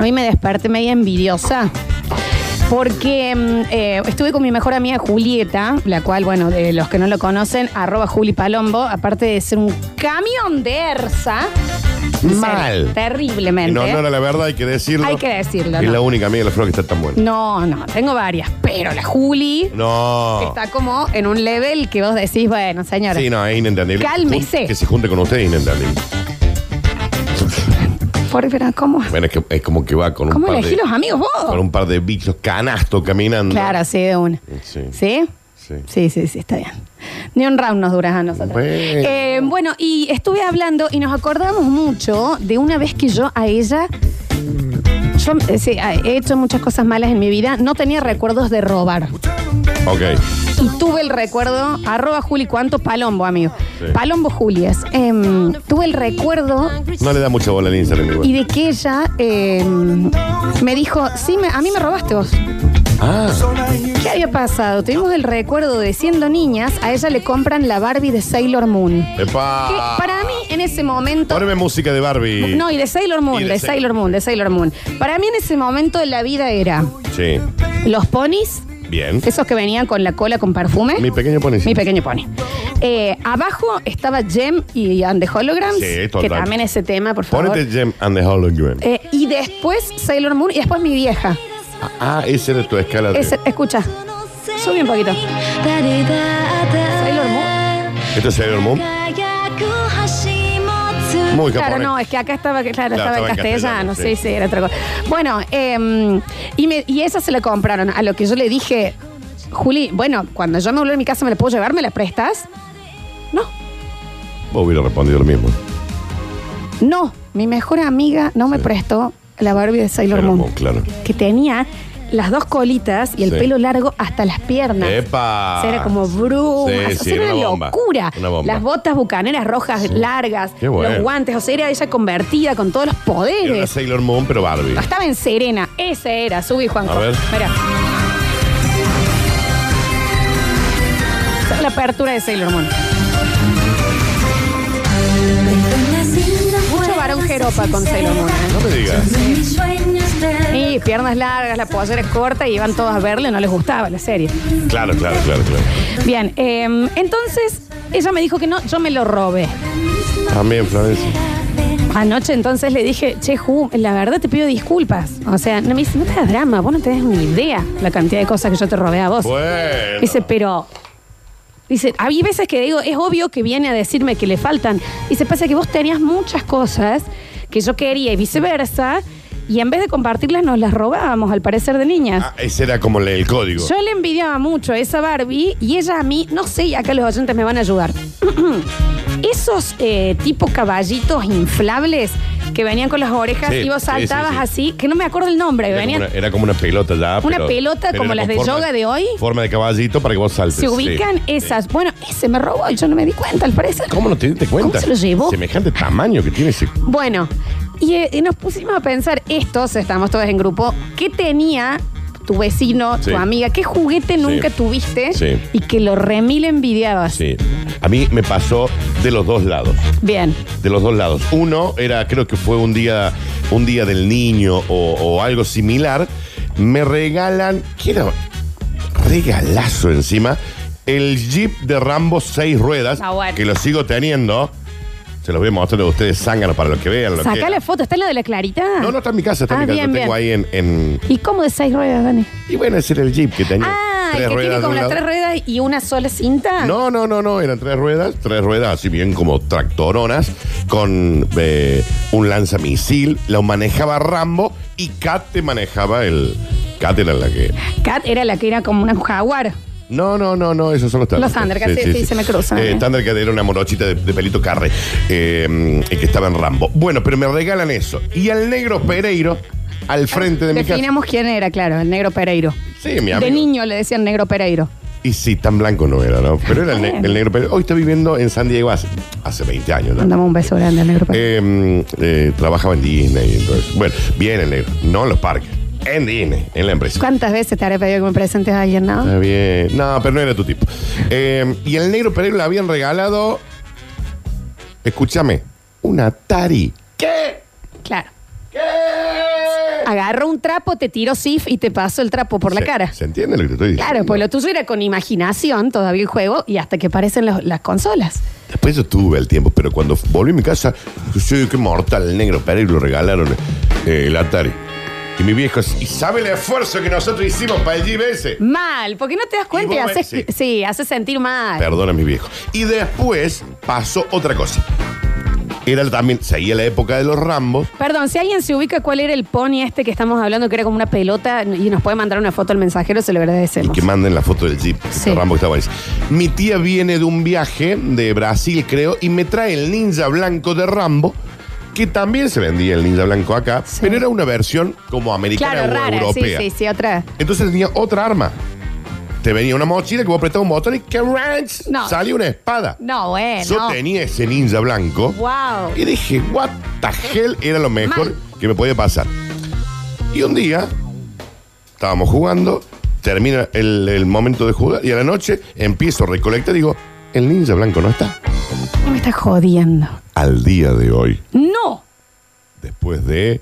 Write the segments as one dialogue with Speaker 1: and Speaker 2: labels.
Speaker 1: Hoy me desperté media envidiosa. Porque mm, eh, estuve con mi mejor amiga Julieta, la cual, bueno, de los que no lo conocen, arroba Juli Palombo, aparte de ser un camión de ERSA. en
Speaker 2: Mal.
Speaker 1: serio, Terriblemente.
Speaker 2: En honor a la verdad hay que decirlo.
Speaker 1: Hay que decirlo,
Speaker 2: Es
Speaker 1: ¿no?
Speaker 2: la única amiga de la flor que está tan buena.
Speaker 1: No, no, tengo varias, pero la Juli
Speaker 2: No.
Speaker 1: está como en un level que vos decís, bueno, señora.
Speaker 2: Sí, no, es inentendible.
Speaker 1: Cálmese.
Speaker 2: Que se junte con usted es inentendible.
Speaker 1: Por- pero ¿cómo,
Speaker 2: Bueno, es, que, es como que va con un
Speaker 1: ¿cómo
Speaker 2: par
Speaker 1: elegí
Speaker 2: de...
Speaker 1: los amigos
Speaker 2: Con
Speaker 1: vos?
Speaker 2: un par de bichos canastos caminando.
Speaker 1: Claro, sí, de una.
Speaker 2: Sí.
Speaker 1: ¿Sí?
Speaker 2: Sí.
Speaker 1: Sí, sí, sí, está bien. Ni un round nos duras a nosotros.
Speaker 2: Bueno.
Speaker 1: Eh, bueno, y estuve hablando y nos acordamos mucho de una vez que yo a ella. Yo eh, sí, ah, he hecho muchas cosas malas en mi vida. No tenía recuerdos de robar.
Speaker 2: Ok.
Speaker 1: Y tuve el recuerdo, arroba Juli, ¿cuánto? Palombo, amigo.
Speaker 2: Sí.
Speaker 1: Palombo Julias. Em, tuve el recuerdo
Speaker 2: No le da mucha bola al Instagram igual.
Speaker 1: y de que ella em, me dijo, sí, me- a mí me robaste vos.
Speaker 2: Ah,
Speaker 1: ¿Qué había pasado? Tuvimos el recuerdo de siendo niñas, a ella le compran la Barbie de Sailor Moon. Que
Speaker 2: epa.
Speaker 1: para mí en ese momento...
Speaker 2: Poneme música de Barbie.
Speaker 1: No, y de Sailor Moon,
Speaker 2: Y
Speaker 1: de,
Speaker 2: de Sailor-
Speaker 1: Sailor Moon, de Sailor Moon. Para mí en ese momento de la vida era
Speaker 2: Sí.
Speaker 1: los ponis,
Speaker 2: Bien.
Speaker 1: esos que venían con la cola con perfume.
Speaker 2: Mi pequeño pone.
Speaker 1: Mi pequeño pony. Eh, abajo estaba Gem y And the Holograms,
Speaker 2: Sí, total.
Speaker 1: que también ese tema, por favor.
Speaker 2: Ponete Gem and the Hologram.
Speaker 1: Eh, y después Sailor Moon y después mi vieja.
Speaker 2: Ah, esa era tu escala de.
Speaker 1: Ese- escucha,
Speaker 3: Sube un poquito.
Speaker 1: Sailor
Speaker 3: Sailor
Speaker 1: Moon.
Speaker 2: Esto es Sailor Moon. Muy
Speaker 1: Claro,
Speaker 2: japonés.
Speaker 1: no, es que acá estaba, claro, estaba en castellano, sí,
Speaker 2: sí.
Speaker 1: sí, era otra cosa. Bueno, eh, y, me- y esa se la compraron, a lo que yo le dije, Juli, bueno, cuando yo me vuelva a mi casa, ¿me la puedo llevar? ¿Me la prestas? No,
Speaker 2: Vos hubiera respondido lo mismo.
Speaker 1: no, mi mejor amiga no me
Speaker 2: Sí.
Speaker 1: prestó la Barbie de Sailor,
Speaker 2: Sailor
Speaker 1: Moon.
Speaker 2: Moon, claro.
Speaker 1: Que tenía las dos colitas y el
Speaker 2: Sí.
Speaker 1: pelo largo hasta las piernas.
Speaker 2: ¡Epa!
Speaker 1: O sea, era como bruma,
Speaker 2: Sí,
Speaker 1: o sea,
Speaker 2: sí,
Speaker 1: era
Speaker 2: era
Speaker 1: una,
Speaker 2: una bomba,
Speaker 1: locura.
Speaker 2: una bomba.
Speaker 1: Las botas bucaneras rojas largas,
Speaker 2: Qué bueno.
Speaker 1: los guantes, o sea, era ella convertida con todos los
Speaker 2: Era una
Speaker 1: poderes.
Speaker 2: Sailor Moon, pero Barbie.
Speaker 1: No estaba en Serena, esa era, subí Juanjo.
Speaker 2: A ver.
Speaker 1: Mirá. Esa es La apertura de Sailor Moon.
Speaker 3: Mucho varón jeropa con Sailor Moon.
Speaker 2: No me digas.
Speaker 3: ¿eh?
Speaker 1: Y piernas largas, la pollera corta, y iban todos a verle, no les gustaba la serie.
Speaker 2: Claro, claro, claro, claro.
Speaker 1: Bien, eh, entonces ella me dijo que no, yo me lo robé.
Speaker 2: También, Florencia.
Speaker 1: Anoche entonces le dije, che, Ju, la verdad te pido disculpas. O sea, no me dice, no te das drama, vos no te das ni idea la cantidad de cosas que yo te robé a vos.
Speaker 2: Bueno.
Speaker 1: Dice, pero. Dice, hay veces que digo, es obvio que viene a decirme que le faltan. Dice, pasa que vos tenías muchas cosas que yo quería y viceversa, y en vez de compartirlas, nos las robábamos, al parecer de niñas.
Speaker 2: Ah, ese era como el- el código.
Speaker 1: Yo eh, le envidiaba mucho a esa Barbie y ella a mí, no sé, y acá los oyentes me van a ayudar. Esos eh, tipo caballitos inflables que venían con las orejas
Speaker 2: Sí,
Speaker 1: y vos
Speaker 2: sí, sí,
Speaker 1: saltabas
Speaker 2: sí.
Speaker 1: así, que no me acuerdo el nombre,
Speaker 2: Era como,
Speaker 1: venían,
Speaker 2: una, era como una pelota ya.
Speaker 1: Una pelota como
Speaker 2: era
Speaker 1: las
Speaker 2: con
Speaker 1: de yoga de hoy.
Speaker 2: Forma de caballito para que vos saltes.
Speaker 1: se ubican
Speaker 2: sí.
Speaker 1: esas. Bueno, ese me robó y yo no me di cuenta, al parecer.
Speaker 2: ¿Cómo no te diste cuenta?
Speaker 1: ¿Cómo se lo llevó?
Speaker 2: Semejante tamaño que tiene ese.
Speaker 1: Bueno, y, eh, y nos pusimos a pensar, estos, estamos todos en grupo, ¿qué tenía tu vecino,
Speaker 2: Sí.
Speaker 1: tu amiga? ¿Qué juguete nunca tuviste
Speaker 2: Sí.
Speaker 1: y que lo remil envidiabas?
Speaker 2: Sí. A mí me pasó de los dos lados.
Speaker 1: Bien.
Speaker 2: De los dos lados. Uno era, creo que fue un día, un día del niño o, o algo similar. Me regalan, ¿qué era? Regalazo encima. El Jeep de Rambo seis ruedas,
Speaker 1: Ah, bueno.
Speaker 2: que lo sigo teniendo. Se los voy a mostrar a ustedes zánganos para los que vean. Lo
Speaker 1: Sacá
Speaker 2: que...
Speaker 1: la foto, ¿está en la de la Clarita?
Speaker 2: No, no está en mi casa, está en
Speaker 1: Ah,
Speaker 2: mi casa.
Speaker 1: bien,
Speaker 2: lo tengo
Speaker 1: bien.
Speaker 2: ahí en, en-
Speaker 1: ¿Y cómo de seis ruedas, Dani?
Speaker 2: Y bueno, ese era el Jeep que tenía.
Speaker 1: Ah,
Speaker 2: Tres
Speaker 1: el que
Speaker 2: ruedas
Speaker 1: tiene
Speaker 2: de
Speaker 1: como
Speaker 2: un
Speaker 1: las
Speaker 2: lado.
Speaker 1: tres ruedas y una sola cinta.
Speaker 2: No, no, no, no, eran tres ruedas, tres ruedas así bien como tractoronas, con eh, un lanzamisil, lo manejaba Rambo y Kat te manejaba el... Kat era la que...
Speaker 1: Cat era la que era como una jaguar.
Speaker 2: No, no, no, no, esos son los Thundercats.
Speaker 1: Los Thundercats, sí, sí, se me cruzan.
Speaker 2: Eh, Thundercat era una morochita de, de pelito carre eh, que estaba en Rambo. Bueno, pero me regalan eso. Y al negro Pereiro, al frente de mi casa.
Speaker 1: Definamos quién era, claro, el negro Pereiro.
Speaker 2: Sí, mi amigo.
Speaker 1: De niño le decían negro Pereiro.
Speaker 2: Y sí, tan blanco no era, ¿no? Pero era el, ne- el negro Pereiro. Hoy está viviendo en San Diego hace, hace 20 años, ¿no?
Speaker 1: Mandamos un beso grande al negro Pereiro.
Speaker 2: Eh, eh, trabajaba en Disney, entonces. Bueno, bien el negro, no en los parques, en Disney, en la empresa.
Speaker 1: ¿Cuántas veces te haré pedido que me presentes a alguien, no?
Speaker 2: Está bien. No, pero no era tu tipo. Eh, y el negro Pereiro le habían regalado. Escúchame, un Atari. ¿Qué?
Speaker 1: Claro.
Speaker 2: ¿Qué?
Speaker 1: Agarró un trapo, te tiró sif y te pasó el trapo por la
Speaker 2: Se-
Speaker 1: cara.
Speaker 2: ¿Se entiende lo que te estoy diciendo?
Speaker 1: Claro, pues lo tuyo era con imaginación todavía el juego y hasta que aparecen los- las consolas.
Speaker 2: Después yo tuve el tiempo, pero cuando volví a mi casa, dije, sí, qué mortal el negro Pérez lo regalaron eh, el Atari. Y mi viejo, ¿y sabe el esfuerzo que nosotros hicimos para el GBS?
Speaker 1: Mal, porque no te das cuenta y,
Speaker 2: vos
Speaker 1: haces, sí.
Speaker 2: ves, sí.
Speaker 1: haces sentir mal.
Speaker 2: Perdona, mi viejo. Y después pasó otra cosa. Era también, seguía la época de los Rambos.
Speaker 1: Perdón, si alguien se ubica cuál era el pony este que estamos hablando, que era como una pelota y nos puede mandar una foto al mensajero, se lo
Speaker 2: Y
Speaker 1: agradecemos.
Speaker 2: que manden la foto del Jeep,
Speaker 1: Sí.
Speaker 2: el Rambo que estaba ahí. Mi tía viene de un viaje de Brasil, creo, y me trae el ninja blanco de Rambo, que también se vendía el ninja blanco acá,
Speaker 1: Sí.
Speaker 2: pero era una versión como americana
Speaker 1: Claro,
Speaker 2: o
Speaker 1: rara,
Speaker 2: europea.
Speaker 1: sí, sí, sí, otra.
Speaker 2: Entonces tenía otra arma. Te venía una mochila que vos apretabas un botón y que ranch
Speaker 1: No. Eh,
Speaker 2: salió una espada.
Speaker 1: No, bueno.
Speaker 2: Yo tenía ese ninja blanco.
Speaker 1: Wow.
Speaker 2: Y dije, what the hell era lo mejor
Speaker 1: Mal.
Speaker 2: que me podía pasar. Y un día, estábamos jugando, termina el, el momento de jugar y a la noche empiezo a recolectar y digo, el ninja blanco no está.
Speaker 1: No me estás jodiendo.
Speaker 2: Al día de hoy,
Speaker 1: No,
Speaker 2: después de,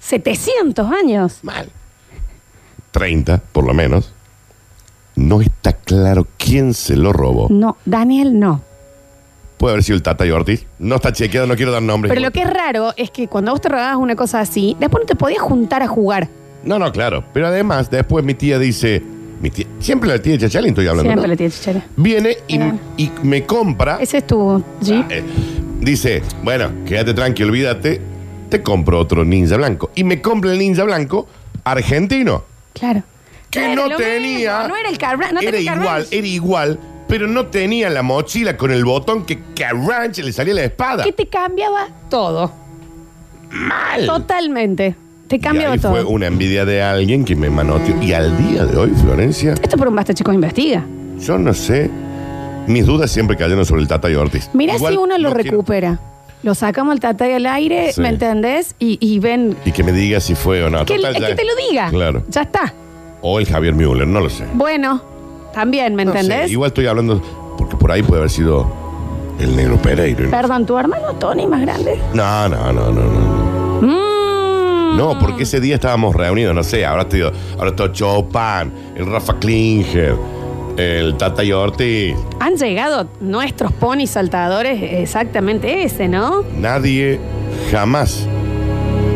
Speaker 1: 700 años.
Speaker 2: mal, 30 por lo menos, no está claro quién se lo robó.
Speaker 1: No, Daniel, no.
Speaker 2: Puede haber sido el Tata y Ortiz. No está chequeado, no quiero dar nombres.
Speaker 1: Pero lo que es raro es que cuando vos te robabas una cosa así, después no te podías juntar a jugar.
Speaker 2: No, no, claro. Pero además, después mi tía dice... Mi tía, siempre la tía de Chachalín estoy hablando.
Speaker 1: Siempre
Speaker 2: ¿no?
Speaker 1: le tienes chichera.
Speaker 2: Viene y,
Speaker 1: Ah.
Speaker 2: y me compra.
Speaker 1: Ese es tu Jeep.
Speaker 2: Eh, dice, bueno, quédate tranqui, olvídate. Te compro otro ninja blanco. Y me compra el ninja blanco argentino.
Speaker 1: Claro.
Speaker 2: Que
Speaker 1: Era
Speaker 2: no
Speaker 1: lo
Speaker 2: tenía.
Speaker 1: mismo, No era el Carranch. No
Speaker 2: era
Speaker 1: tenía
Speaker 2: igual,
Speaker 1: Carranch.
Speaker 2: era igual. Pero no tenía la mochila con el botón que Carranche le salía la espada.
Speaker 1: Que te cambiaba todo.
Speaker 2: ¡Mal!
Speaker 1: Totalmente. Te
Speaker 2: y
Speaker 1: cambiaba
Speaker 2: ahí
Speaker 1: todo.
Speaker 2: fue una envidia de alguien que me manoteó. Y al día de hoy, Florencia,
Speaker 1: Esto por un basta, chicos, investiga.
Speaker 2: yo no sé. Mis dudas siempre cayeron sobre el Tata y Ortiz.
Speaker 1: Mirá
Speaker 2: Igual
Speaker 1: si uno lo
Speaker 2: no quiero-
Speaker 1: recupera. Lo sacamos al tata y al aire,
Speaker 2: Sí.
Speaker 1: ¿me entendés? Y, y ven.
Speaker 2: Y que me diga si fue o no.
Speaker 1: Que,
Speaker 2: Total,
Speaker 1: es
Speaker 2: ya-
Speaker 1: que te lo diga.
Speaker 2: Claro.
Speaker 1: Ya está.
Speaker 2: O el Javier Müller, no lo sé.
Speaker 1: Bueno, también, ¿me
Speaker 2: No
Speaker 1: entendés?
Speaker 2: sé, igual estoy hablando, porque por ahí puede haber sido el negro Pereiro.
Speaker 1: Perdón, tu hermano Tony más grande.
Speaker 2: No, no, no, no, no.
Speaker 1: Mm.
Speaker 2: No, porque ese día estábamos reunidos, no sé, ahora estoy, ahora está Chopin, el Rafa Klinger, el Tata Yorti.
Speaker 1: Han llegado nuestros ponis saltadores exactamente ese, ¿no?
Speaker 2: Nadie jamás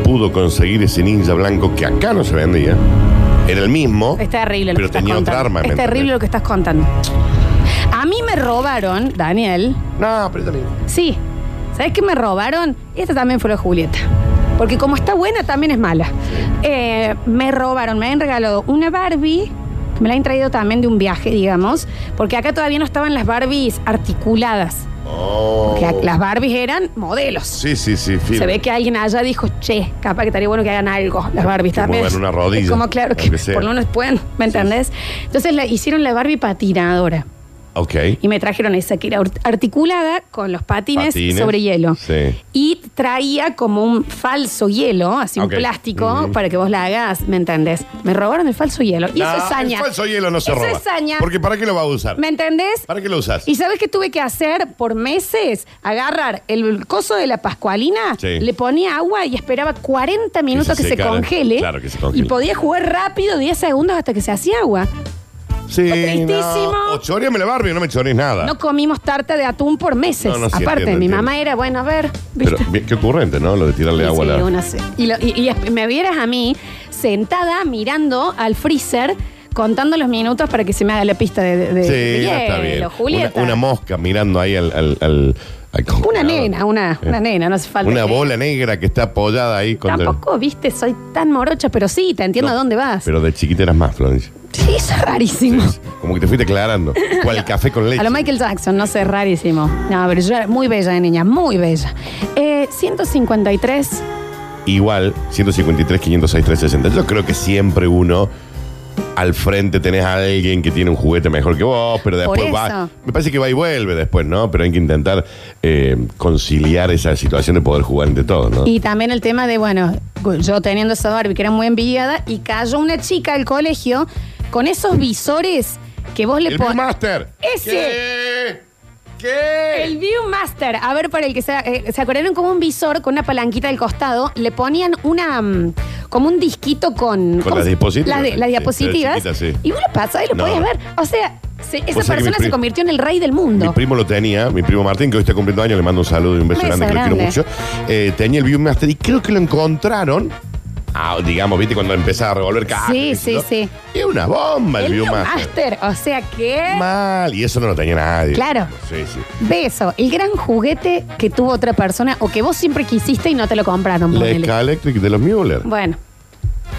Speaker 2: pudo conseguir ese ninja blanco que acá no se vendía. Era el mismo.
Speaker 1: Es terrible lo
Speaker 2: Pero
Speaker 1: que estás
Speaker 2: tenía
Speaker 1: contando.
Speaker 2: otra arma, ¿me
Speaker 1: es
Speaker 2: entendés?
Speaker 1: terrible lo que estás contando. A mí me robaron, Daniel.
Speaker 2: No, pero también.
Speaker 1: Sí. ¿Sabes qué me robaron? Esta también fue la Julieta. Porque como está buena, también es mala. Eh, me robaron, me han regalado una Barbie. que Me la han traído también de un viaje, digamos. Porque acá todavía no estaban las Barbies articuladas.
Speaker 2: Oh.
Speaker 1: Porque ac- las Barbies eran modelos.
Speaker 2: Sí, sí, sí, firme.
Speaker 1: Se ve que alguien allá dijo, che, capaz que estaría bueno que hagan algo. Las Barbies
Speaker 2: Que
Speaker 1: también.
Speaker 2: muevan una rodilla,
Speaker 1: Es como claro que
Speaker 2: aunque sea.
Speaker 1: por lo menos pueden, ¿me entendés? Entonces la, hicieron la Barbie patinadora.
Speaker 2: Ok.
Speaker 1: Y me trajeron esa que era art- articulada con los patines,
Speaker 2: Patines.
Speaker 1: sobre hielo.
Speaker 2: Sí.
Speaker 1: Y traía como un falso hielo, así
Speaker 2: Ok.
Speaker 1: un plástico,
Speaker 2: Ujú.
Speaker 1: para que vos la hagas, ¿me entendés? Me robaron el falso hielo. Y eso
Speaker 2: No,
Speaker 1: es saña.
Speaker 2: El falso hielo no se
Speaker 1: Eso
Speaker 2: roba.
Speaker 1: es saña.
Speaker 2: Porque ¿para qué lo va a usar?
Speaker 1: ¿Me entendés?
Speaker 2: ¿Para qué lo usas?
Speaker 1: ¿Y sabes qué tuve que hacer por meses? Agarrar el coso de la pascualina,
Speaker 2: Sí.
Speaker 1: le ponía agua y esperaba 40 minutos que
Speaker 2: se
Speaker 1: se,
Speaker 2: secara.
Speaker 1: congele.
Speaker 2: Claro que se congele.
Speaker 1: Y podía jugar rápido 10 segundos hasta que se hacía agua.
Speaker 2: Sí,
Speaker 1: tristísimo.
Speaker 2: no. O choreame la Barbie, no me chorees nada.
Speaker 1: No comimos tarta de atún por meses.
Speaker 2: Ah. No, no, sí,
Speaker 1: Aparte,
Speaker 2: entiendo,
Speaker 1: mi
Speaker 2: entiendo.
Speaker 1: mamá era, bueno, a ver, ¿viste?
Speaker 2: Pero bien, qué ocurrente, ¿no? Lo de tirarle agua
Speaker 1: Sí,
Speaker 2: a la...
Speaker 1: una se- y, lo- y- y es- me vieras a mí sentada mirando al freezer, contando los minutos para que se me haga la pista de, de, de-
Speaker 2: Sí,
Speaker 1: de
Speaker 2: no está
Speaker 1: hielo,
Speaker 2: bien. Una,
Speaker 1: Julieta.
Speaker 2: una mosca mirando ahí al... al, al- al
Speaker 1: Una
Speaker 2: congelador.
Speaker 1: nena, una, una nena, no hace falta.
Speaker 2: Eh. Una
Speaker 1: que-
Speaker 2: bola negra que está apoyada ahí contra... el-
Speaker 1: Tampoco, viste, soy tan morocha, pero sí, te entiendo
Speaker 2: No,
Speaker 1: a dónde vas.
Speaker 2: Pero de chiquita eras más, Florencia.
Speaker 1: sí, eso es rarísimo.
Speaker 2: Como que te fuiste aclarando. O al café con leche.
Speaker 1: A lo Michael Jackson, no sé, rarísimo. No, pero yo era muy bella de niña, muy bella. Eh, 153,
Speaker 2: igual 153, 506, 360. Yo creo que siempre uno al frente tenés a alguien que tiene un juguete mejor que vos, pero
Speaker 1: Por
Speaker 2: después
Speaker 1: eso.
Speaker 2: va. Me parece que va y vuelve después, ¿no? Pero hay que intentar eh, conciliar esa situación de poder jugar entre todos, ¿no?
Speaker 1: Y también el tema de, bueno, yo teniendo esa Barbie que era muy envidiada y cayó una chica al colegio con esos visores que vos le
Speaker 2: el Blue
Speaker 1: pones.
Speaker 2: Master.
Speaker 1: Ese.
Speaker 2: ¿Qué? ¿Qué?
Speaker 1: El Viewmaster, a ver, para el que sea, eh, se acordaron como un visor con una palanquita al costado, le ponían una mm, como un disquito con.
Speaker 2: Con
Speaker 1: ¿cómo
Speaker 2: las
Speaker 1: se-
Speaker 2: diapositivas.
Speaker 1: Las, de- las
Speaker 2: Sí,
Speaker 1: diapositivas.
Speaker 2: las chiquitas, sí.
Speaker 1: Y vos lo pasás y lo
Speaker 2: No.
Speaker 1: podías ver. O sea, se- esa
Speaker 2: Vos sabés que
Speaker 1: persona
Speaker 2: mi
Speaker 1: se
Speaker 2: pri-
Speaker 1: convirtió en el rey del
Speaker 2: Mi
Speaker 1: mundo.
Speaker 2: primo lo tenía, mi primo Martín, que hoy está cumpliendo años, le mando un saludo y un beso
Speaker 1: Beso
Speaker 2: grande, que lo quiero
Speaker 1: grande.
Speaker 2: mucho. Eh, tenía el Viewmaster y creo que lo encontraron. ah, digamos, viste, cuando empezaba a revolver cajas.
Speaker 1: Sí,
Speaker 2: qué sé
Speaker 1: sí,
Speaker 2: yo.
Speaker 1: sí.
Speaker 2: Y una bomba el,
Speaker 1: El
Speaker 2: Viewmaster.
Speaker 1: Master. O sea que.
Speaker 2: Mal, y eso no lo tenía nadie.
Speaker 1: Claro.
Speaker 2: Sí, sí.
Speaker 1: Beso, el gran juguete que tuvo otra persona o que vos siempre quisiste y no te lo compraron.
Speaker 2: La
Speaker 1: ponele.
Speaker 2: Scalectric de los Mueller.
Speaker 1: Bueno,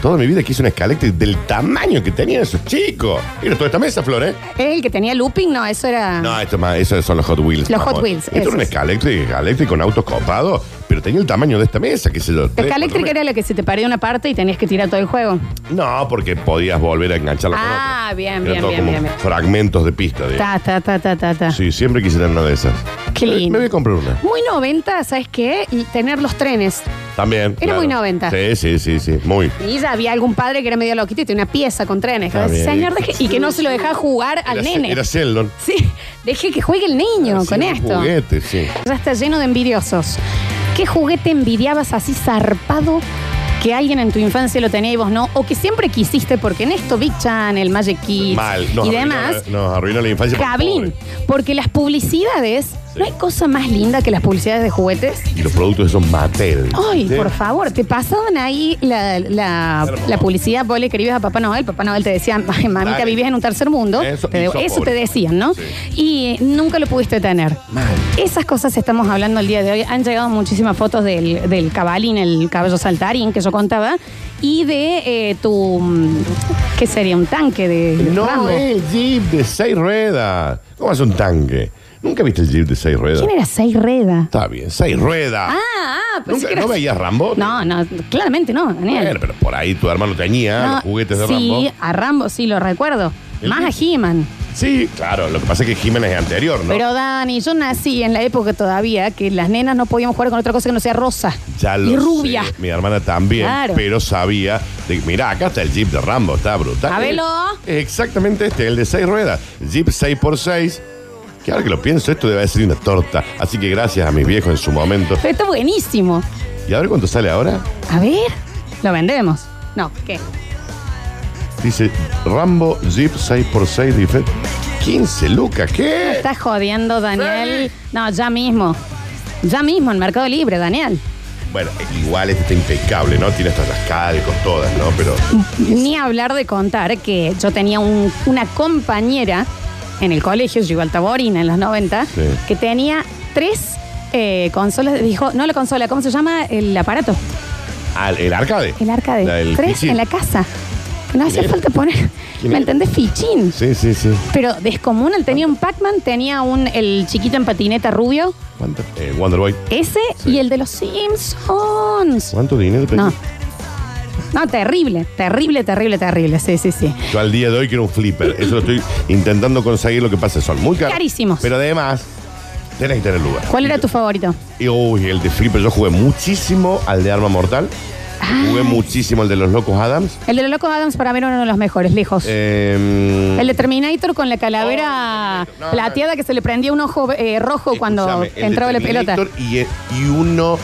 Speaker 2: Toda mi vida quise una Scalectric del tamaño que tenían esos chicos. Mira toda esta mesa, Flor, ¿eh?
Speaker 1: el que tenía looping, no, eso era.
Speaker 2: No, esto es más, esos son los Hot Wheels.
Speaker 1: Los
Speaker 2: mamón.
Speaker 1: Hot Wheels,
Speaker 2: Esto era una
Speaker 1: esos.
Speaker 2: Scalectric, Scalectric con autos copados, pero tenía el tamaño de esta mesa, qué sé yo.
Speaker 1: la
Speaker 2: tres,
Speaker 1: escaléctrica
Speaker 2: cuatro
Speaker 1: era la que se te paría una parte y tenías que tirar todo el juego.
Speaker 2: metros. No, porque podías volver a engancharla con
Speaker 1: Ah,
Speaker 2: otra.
Speaker 1: bien,
Speaker 2: Era
Speaker 1: bien,
Speaker 2: todo
Speaker 1: bien,
Speaker 2: como
Speaker 1: bien, bien.
Speaker 2: fragmentos de pista, digamos.
Speaker 1: Ta, ta, ta, ta, ta, ta.
Speaker 2: Sí, siempre quise tener una de esas.
Speaker 1: Qué
Speaker 2: Me-
Speaker 1: lindo.
Speaker 2: Me voy a comprar una.
Speaker 1: Muy 90, ¿sabes qué? Y tener los trenes.
Speaker 2: También.
Speaker 1: Era muy 90.
Speaker 2: Sí, sí, sí, sí. Muy.
Speaker 1: Y ya había algún padre que era medio loquito y tenía una pieza con trenes.
Speaker 2: Ah, bien.
Speaker 1: Señor, deje- y que no se lo dejaba jugar al
Speaker 2: Era-
Speaker 1: nene.
Speaker 2: Era Sheldon.
Speaker 1: Sí, deje que juegue el niño con
Speaker 2: Era un
Speaker 1: esto.
Speaker 2: Juguete, sí.
Speaker 1: Ya está lleno de envidiosos. ¿Qué juguete envidiabas así zarpado que alguien en tu infancia lo tenía y vos no? O que siempre quisiste, porque en esto Big Channel, Magic Kids
Speaker 2: Mal. Nos
Speaker 1: y
Speaker 2: arruinó
Speaker 1: demás,
Speaker 2: la- nos arruinó la infancia. por
Speaker 1: cablín.
Speaker 2: pobre.
Speaker 1: Porque las publicidades, no hay cosa más linda que las publicidades de juguetes.
Speaker 2: Y los productos esos Mattel.
Speaker 1: Ay,
Speaker 2: ¿sí?
Speaker 1: por favor, te pasaban ahí la, la,
Speaker 2: Hermoso.
Speaker 1: la publicidad, vos le escribías a Papá Noel, Papá Noel te decía, "Ay, mamita,
Speaker 2: Dale.
Speaker 1: vivías en un tercer mundo.
Speaker 2: Eso,
Speaker 1: te,
Speaker 2: y
Speaker 1: debo-
Speaker 2: sos
Speaker 1: eso
Speaker 2: pobre.
Speaker 1: te decían, ¿no?
Speaker 2: Sí.
Speaker 1: Y eh, nunca lo pudiste tener. Esas cosas estamos hablando el día de hoy. Han llegado muchísimas fotos del, del cabalín, el caballo saltarín que yo contaba, y de eh, tu, mm, ¿qué sería? Un tanque de
Speaker 2: No, eh.
Speaker 1: Rambo.
Speaker 2: el Jeep de seis ruedas. ¿Cómo hace un tanque? ¿Nunca viste el Jeep de seis ruedas?
Speaker 1: ¿Quién era Seis Reda?
Speaker 2: Está bien, seis ruedas.
Speaker 1: Ah, ah, pensé
Speaker 2: ¿Nunca-
Speaker 1: que era-
Speaker 2: ¿No veías Rambo?
Speaker 1: No, no, claramente no, Daniel.
Speaker 2: Bueno, pero por ahí tu hermano tenía
Speaker 1: No,
Speaker 2: los juguetes de
Speaker 1: sí,
Speaker 2: Rambo.
Speaker 1: a Rambo sí lo recuerdo.
Speaker 2: ¿El
Speaker 1: Más a He-Man.
Speaker 2: Sí, claro. Lo que pasa es que Jiménez es anterior, ¿no?
Speaker 1: Pero Dani, yo nací en la época todavía que las nenas no podían jugar con otra cosa que no sea rosa
Speaker 2: Ya lo
Speaker 1: y rubia.
Speaker 2: sé. Mi hermana también,
Speaker 1: Claro.
Speaker 2: pero sabía. de- mirá, acá está el Jeep de Rambo, está brutal.
Speaker 1: A verlo.
Speaker 2: Es exactamente este, el de seis ruedas. Jeep 6x6. Que ahora que lo pienso, esto debe ser una torta. Así que gracias a mis viejos en su momento.
Speaker 1: Pero está buenísimo.
Speaker 2: ¿Y a ver cuánto sale ahora?
Speaker 1: A ver, lo vendemos. No, ¿qué?
Speaker 2: Dice Rambo Jeep 6x6 dice 15 lucas, ¿qué?
Speaker 1: Estás jodiendo, Daniel. No, ya mismo. Ya mismo, en Mercado Libre, Daniel.
Speaker 2: Bueno, igual este está impecable, ¿no? Tiene hasta las calcos todas, ¿no? Pero
Speaker 1: Ni hablar de contar que yo tenía un- una compañera en el colegio, yo iba al Taborina en los 90,
Speaker 2: Sí.
Speaker 1: que tenía tres eh, consolas. Dijo, no la consola, ¿cómo se llama? El aparato.
Speaker 2: al, ah, el arcade.
Speaker 1: El arca
Speaker 2: La
Speaker 1: de
Speaker 2: del
Speaker 1: tres
Speaker 2: pichín.
Speaker 1: en la casa. Que No hacía
Speaker 2: Bien. Ah.
Speaker 1: falta poner.
Speaker 2: ¿Quién
Speaker 1: ¿Me
Speaker 2: era?
Speaker 1: entendés? Fichín.
Speaker 2: Sí, sí, sí.
Speaker 1: Pero descomunal. Tenía un Pac-Man, tenía un el chiquito en patineta rubio,
Speaker 2: ¿Cuánto? Eh, Wonder Boy.
Speaker 1: ese
Speaker 2: Sí.
Speaker 1: y el de los Simpsons.
Speaker 2: ¿Cuánto dinero te-
Speaker 1: No. No, terrible, terrible, terrible, terrible. Sí, sí, sí.
Speaker 2: Yo al día de hoy quiero un flipper. Eso lo estoy intentando conseguir. Lo que pasa es que son muy caros.
Speaker 1: Carísimos.
Speaker 2: Pero además, tenés que tener lugar.
Speaker 1: ¿Cuál era tu favorito?
Speaker 2: Y, uy, el de flipper. Yo jugué muchísimo al de arma mortal.
Speaker 1: Ah.
Speaker 2: Jugué muchísimo al de los locos Adams.
Speaker 1: El de los Locos Adams para mí era uno de los mejores, lejos.
Speaker 2: Eh,
Speaker 1: el de Terminator con la calavera
Speaker 2: Oh, no,
Speaker 1: plateada que se le prendía un ojo eh, rojo cuando
Speaker 2: Escúchame, el de
Speaker 1: entraba la pelota.
Speaker 2: Terminator Y, y uno,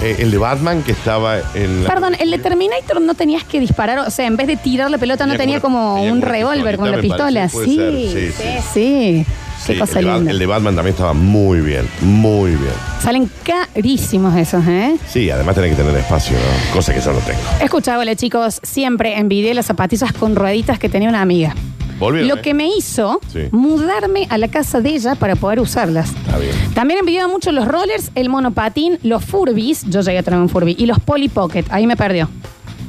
Speaker 2: eh, el de Batman que estaba en la.
Speaker 1: Perdón, el de Terminator no tenías que disparar, o sea, en vez de tirar la pelota no tenía
Speaker 2: Tenía
Speaker 1: como,
Speaker 2: como- tenía
Speaker 1: un
Speaker 2: como una
Speaker 1: revólver con la
Speaker 2: pistolita, me parece,
Speaker 1: pistola. Sí,
Speaker 2: puede
Speaker 1: sí,
Speaker 2: ser, sí,
Speaker 1: sí, sí.
Speaker 2: Sí,
Speaker 1: Qué cosa
Speaker 2: el, de Bat-
Speaker 1: linda.
Speaker 2: el de Batman también estaba muy bien, muy bien.
Speaker 1: Salen carísimos esos, ¿eh?
Speaker 2: Sí, además tenés que tener espacio, ¿no? cosa que yo no tengo.
Speaker 1: Escucha, hola chicos, siempre envidié las zapatillas con rueditas que tenía una amiga.
Speaker 2: Volvieron,
Speaker 1: Lo
Speaker 2: ¿eh?
Speaker 1: que me hizo
Speaker 2: Sí.
Speaker 1: mudarme a la casa de ella para poder usarlas.
Speaker 2: Está bien.
Speaker 1: También envidiaba mucho los rollers, el monopatín, los furbis, yo llegué a tener un furby, y los Polly Pocket, ahí me perdió.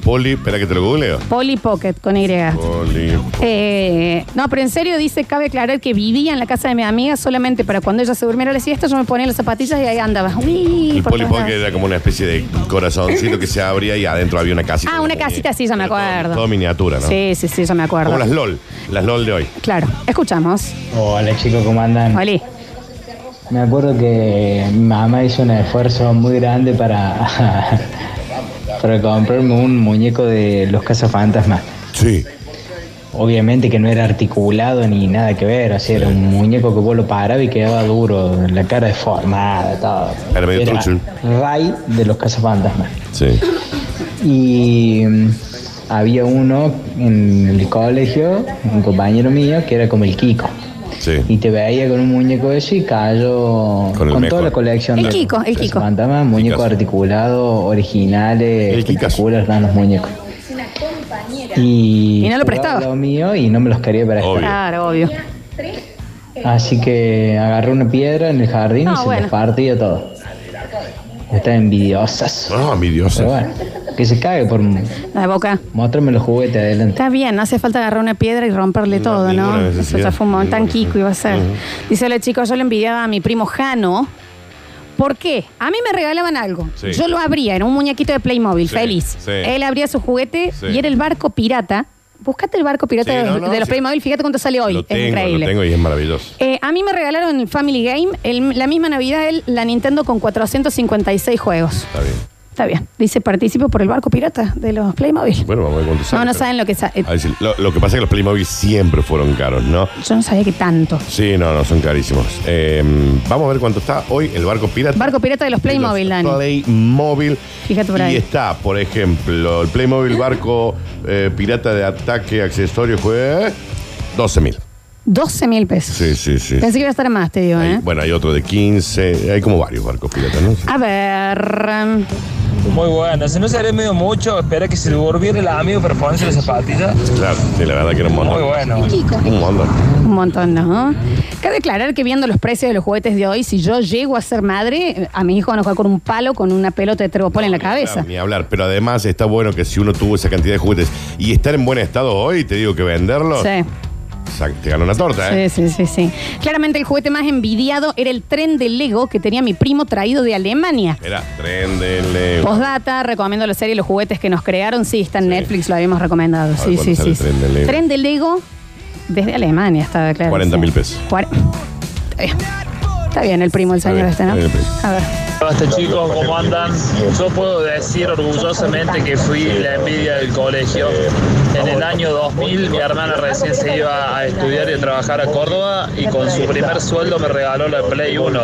Speaker 2: Poli, espera que te lo googleo.
Speaker 1: Polly Pocket con Y.
Speaker 2: Poli.
Speaker 1: Eh, no, pero en serio dice, cabe aclarar que vivía en la casa de mi amiga solamente para cuando ella se durmiera la siesta, yo me ponía las zapatillas y ahí andaba. Uy,
Speaker 2: El
Speaker 1: por
Speaker 2: Poli
Speaker 1: todos
Speaker 2: Pocket
Speaker 1: lados.
Speaker 2: era como una especie de corazoncito que se abría y adentro había una casita.
Speaker 1: Ah,
Speaker 2: de
Speaker 1: una
Speaker 2: muñe-
Speaker 1: casita, sí, ya me
Speaker 2: Era todo-
Speaker 1: acuerdo.
Speaker 2: Todo, miniatura, ¿no?
Speaker 1: Sí, sí, sí, yo me acuerdo.
Speaker 2: Como las LOL, las LOL de hoy.
Speaker 1: Claro, escuchamos.
Speaker 4: Hola chicos, ¿cómo
Speaker 2: Mm.
Speaker 4: andan?
Speaker 1: Oli.
Speaker 4: Me acuerdo que mi mamá hizo un esfuerzo muy grande para, para comprarme un muñeco de los cazafantasmas.
Speaker 2: Sí.
Speaker 4: Obviamente que no era articulado ni nada que ver, o sea, era un muñeco que vos lo parabas y quedaba duro, la cara deformada, todo.
Speaker 2: Era medio trucho.
Speaker 4: Ray de los cazafantasmas.
Speaker 2: Sí.
Speaker 4: y mm, había uno en el colegio, un compañero mío, que era como el Kiko. Y
Speaker 2: Sí.
Speaker 4: te veía con un muñeco ese y cayó
Speaker 2: Con
Speaker 4: con,
Speaker 2: el mejor.
Speaker 4: toda la colección.
Speaker 1: El
Speaker 4: de-
Speaker 1: Kiko, el
Speaker 4: de
Speaker 1: Kiko.
Speaker 4: Fantasma, muñeco
Speaker 2: Kikazo.
Speaker 4: articulado, originales,
Speaker 2: El
Speaker 4: espectaculares, eran los muñecos. Y,
Speaker 1: Y no lo
Speaker 4: jugaba
Speaker 1: prestaba.
Speaker 4: lo mío y no me los quería prestar.
Speaker 2: Obvio.
Speaker 1: Claro, obvio.
Speaker 4: Así que agarré una piedra en el jardín
Speaker 1: Ah,
Speaker 4: y se
Speaker 1: bueno.
Speaker 4: los partí a todo. Están envidiosas.
Speaker 2: Ah, mi Dios.
Speaker 4: Pero bueno, que se cague por
Speaker 1: La boca.
Speaker 4: mostrarme los juguetes adelante.
Speaker 1: Está bien, no hace falta agarrar una piedra y romperle
Speaker 2: No,
Speaker 1: todo, ¿no?
Speaker 2: ninguna
Speaker 1: Eso
Speaker 2: necesidad.
Speaker 1: ya fue un montón
Speaker 2: Ninguna
Speaker 1: Kiko iba a ser.
Speaker 2: necesidad.
Speaker 1: Dice, hola chicos, yo le envidiaba a mi primo Jano. ¿Por qué? A mí me regalaban algo.
Speaker 2: Sí.
Speaker 1: Yo lo abría, era un muñequito de Playmobil,
Speaker 2: Sí,
Speaker 1: feliz.
Speaker 2: sí.
Speaker 1: Él abría su juguete
Speaker 2: Sí.
Speaker 1: y era el barco pirata. Búscate el barco pirata
Speaker 2: Sí,
Speaker 1: de,
Speaker 2: no, no,
Speaker 1: de los
Speaker 2: sí.
Speaker 1: Playmobil, fíjate cuánto sale hoy.
Speaker 2: Lo
Speaker 1: es
Speaker 2: tengo,
Speaker 1: increíble.
Speaker 2: lo tengo y es maravilloso.
Speaker 1: Eh, a mí me regalaron el Family Game, el- la misma Navidad, el- la Nintendo con 456 juegos.
Speaker 2: Está bien.
Speaker 1: Está bien. Dice, participo por el barco pirata de los Playmobil.
Speaker 2: Bueno, vamos a ver cuánto sale,
Speaker 1: no, no
Speaker 2: pero-
Speaker 1: saben lo que... sa- eh,
Speaker 2: A ver si- lo, lo que pasa es que los Playmobil siempre fueron caros, ¿no?
Speaker 1: yo no sabía que tanto.
Speaker 2: Sí, no, no, son carísimos. Eh, vamos a ver cuánto está hoy el barco pirata.
Speaker 1: Barco pirata de los Playmobil,
Speaker 2: De
Speaker 1: Dani.
Speaker 2: los Playmobil.
Speaker 1: Fíjate por ahí.
Speaker 2: Y está, por ejemplo, el Playmobil barco eh, pirata de ataque, accesorios, juez, 12 mil.
Speaker 1: 12 mil pesos.
Speaker 2: Sí, sí, sí.
Speaker 1: Pensé que iba a estar más, te digo,
Speaker 2: Hay-
Speaker 1: ¿eh? Ah.
Speaker 2: bueno, hay otro de 15, hay como varios barcos piratas, ¿no?
Speaker 1: A ver.
Speaker 5: Muy bueno, si no sería medio mucho, espera que se le volviera el amigo para ponerse las zapatillas.
Speaker 2: Claro, sí, la verdad que era un montón.
Speaker 5: Muy bueno.
Speaker 2: Un montón.
Speaker 1: Un montón, ¿no? Cabe aclarar que viendo los precios de los juguetes de hoy, si yo llego a ser madre, a mi hijo van a jugar con un palo con una pelota de trébol en la cabeza.
Speaker 2: Claro, ni hablar, pero además está bueno que si uno tuvo esa cantidad de juguetes y estar en buen estado hoy, te digo que venderlos,
Speaker 1: Sí,
Speaker 2: sa- te ganó una torta, ¿eh?
Speaker 1: sí, sí, sí, sí. Claramente el juguete más envidiado era el tren de Lego que tenía mi primo traído de Alemania.
Speaker 2: Era tren de Lego.
Speaker 1: Postdata, recomiendo la serie Los juguetes que nos crearon. Sí, está en Netflix, lo habíamos recomendado. Sí,
Speaker 2: cuándo
Speaker 1: sí,
Speaker 2: sale
Speaker 1: sí.
Speaker 2: el tren de Lego.
Speaker 1: Tren de Lego desde Alemania, estaba claro.
Speaker 2: 40.000
Speaker 1: sí.
Speaker 2: pesos.
Speaker 1: Cuar- Está bien. Está bien, el primo, el señor
Speaker 2: bien,
Speaker 1: este, ¿no?
Speaker 2: está bien el primo.
Speaker 1: A ver.
Speaker 5: Hasta chicos, este ¿cómo andan? Yo puedo decir orgullosamente que fui la envidia del colegio. En el año 2000 mi hermana recién se iba a estudiar y a trabajar a Córdoba y con su primer sueldo me regaló la Play 1.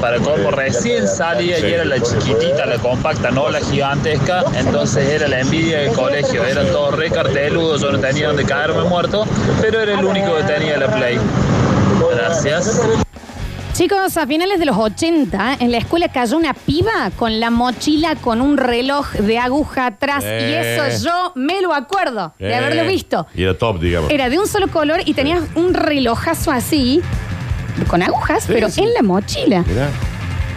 Speaker 5: Para Córdoba recién salía y era la chiquitita, la compacta, no la gigantesca. Entonces era la envidia del colegio, era todo re carteludo, yo no tenía donde caerme muerto, pero era el único que tenía la Play. Gracias.
Speaker 1: Chicos, a finales de los 80, en la escuela cayó una piba con la mochila con un reloj de aguja atrás.
Speaker 2: Eh.
Speaker 1: Y eso yo me lo acuerdo de
Speaker 2: Eh,
Speaker 1: haberlo visto.
Speaker 2: Y era top, digamos.
Speaker 1: Era de un solo color y tenía un relojazo así, con agujas,
Speaker 2: Sí,
Speaker 1: pero
Speaker 2: sí.
Speaker 1: en la mochila.
Speaker 2: Mirá.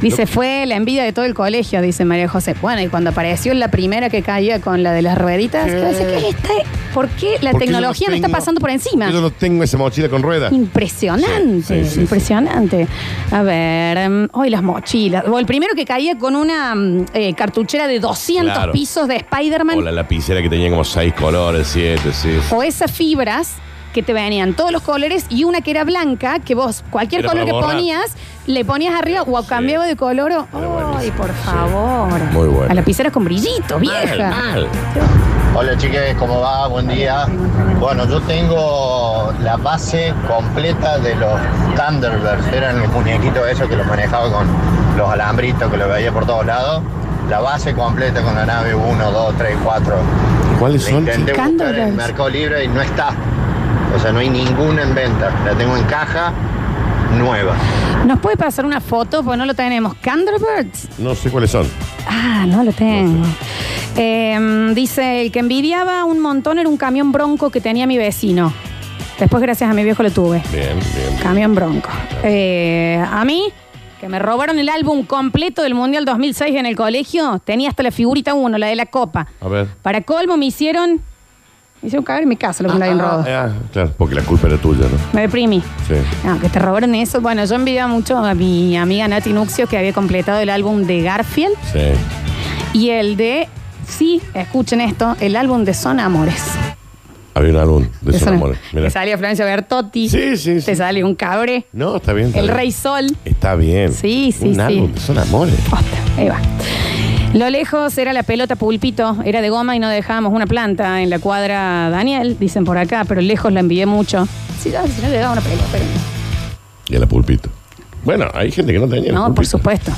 Speaker 1: Dice, fue la envidia de todo el colegio, dice María José. Bueno, y cuando apareció la primera que caía con la de las rueditas,
Speaker 2: Sí.
Speaker 1: yo decía, ¿qué es esta? ¿Por qué la
Speaker 2: Porque Eh. yo
Speaker 1: tecnología no,
Speaker 2: tengo-
Speaker 1: está pasando por encima?
Speaker 2: Yo no tengo esa mochila con ruedas.
Speaker 1: Impresionante,
Speaker 2: Sí, sí, sí, sí.
Speaker 1: impresionante. A ver, mm, hoy las mochilas. O el primero que caía con una mm, eh, cartuchera de 200
Speaker 2: Claro.
Speaker 1: pisos de Spider-Man.
Speaker 2: O la lapicera que tenía como seis colores, siete, sí. sí.
Speaker 1: O esas fibras que te venían todos los colores y una que era blanca, que vos, cualquier
Speaker 2: Era
Speaker 1: color que
Speaker 2: para borrar.
Speaker 1: ponías, le ponías arriba o cambiaba de color. o-
Speaker 2: Era buenísimo,
Speaker 1: Ay, por
Speaker 2: sí.
Speaker 1: favor.
Speaker 2: Muy bueno.
Speaker 1: A lapiceras con brillito, vieja.
Speaker 2: Mal, mal.
Speaker 6: Hola chiques, ¿cómo va? Buen día. Bueno, yo tengo la base completa de los Thunderbirds. Eran los muñequitos esos que los manejaba con los alambritos, que los veía por todos lados. La base completa con la nave 1, 2, 3, 4.
Speaker 2: ¿Cuáles
Speaker 6: La
Speaker 2: son?
Speaker 6: intenté buscar en
Speaker 1: Thunderbirds.
Speaker 6: Mercado Libre y no está. O sea, no hay ninguna en venta. La tengo en caja nueva.
Speaker 1: ¿Nos puede pasar una foto? Porque no lo tenemos. Candlebirds.
Speaker 2: No sé cuáles son.
Speaker 1: Ah, no lo tengo. Eh, dice, el que envidiaba un montón era un camión bronco que tenía mi vecino. Después, gracias a mi viejo, lo tuve.
Speaker 2: Bien, bien.
Speaker 1: Camión bronco. Eh, a mí, que me robaron el álbum completo del Mundial 2006 en el colegio, tenía hasta la figurita 1, la de la copa.
Speaker 2: A ver.
Speaker 1: Para colmo me hicieron... Me hicieron cagar en mi casa lo que me habían robado.
Speaker 2: Ah, claro, porque la culpa era tuya, ¿no?
Speaker 1: Me deprimí.
Speaker 2: Sí.
Speaker 1: No, que te robaron eso. Bueno, yo envidiaba mucho a mi amiga Nati Nuxio que había completado el álbum de Garfield.
Speaker 2: Sí.
Speaker 1: Y el de, sí, escuchen esto, el álbum de Son Amores.
Speaker 2: Había un álbum de
Speaker 1: Son
Speaker 2: Son Amores. Mirá.
Speaker 1: Te salía Florencia Bertotti.
Speaker 2: Sí, sí, sí.
Speaker 1: Te sale un cabre.
Speaker 2: No, está bien. está
Speaker 1: El
Speaker 2: bien.
Speaker 1: Rey Sol.
Speaker 2: Está bien.
Speaker 1: Sí, sí,
Speaker 2: Un
Speaker 1: sí.
Speaker 2: álbum de Son Amores.
Speaker 1: Posta, ahí va. Lo lejos era la pelota pulpito, era de goma y no dejábamos una planta en la cuadra Daniel, dicen por acá, pero lejos la envié mucho. Sí, no, si no le daba una pelota, pero-
Speaker 2: Y el pulpito. Bueno, hay gente que no tenía. el
Speaker 1: No, por
Speaker 2: pulpito.
Speaker 1: supuesto.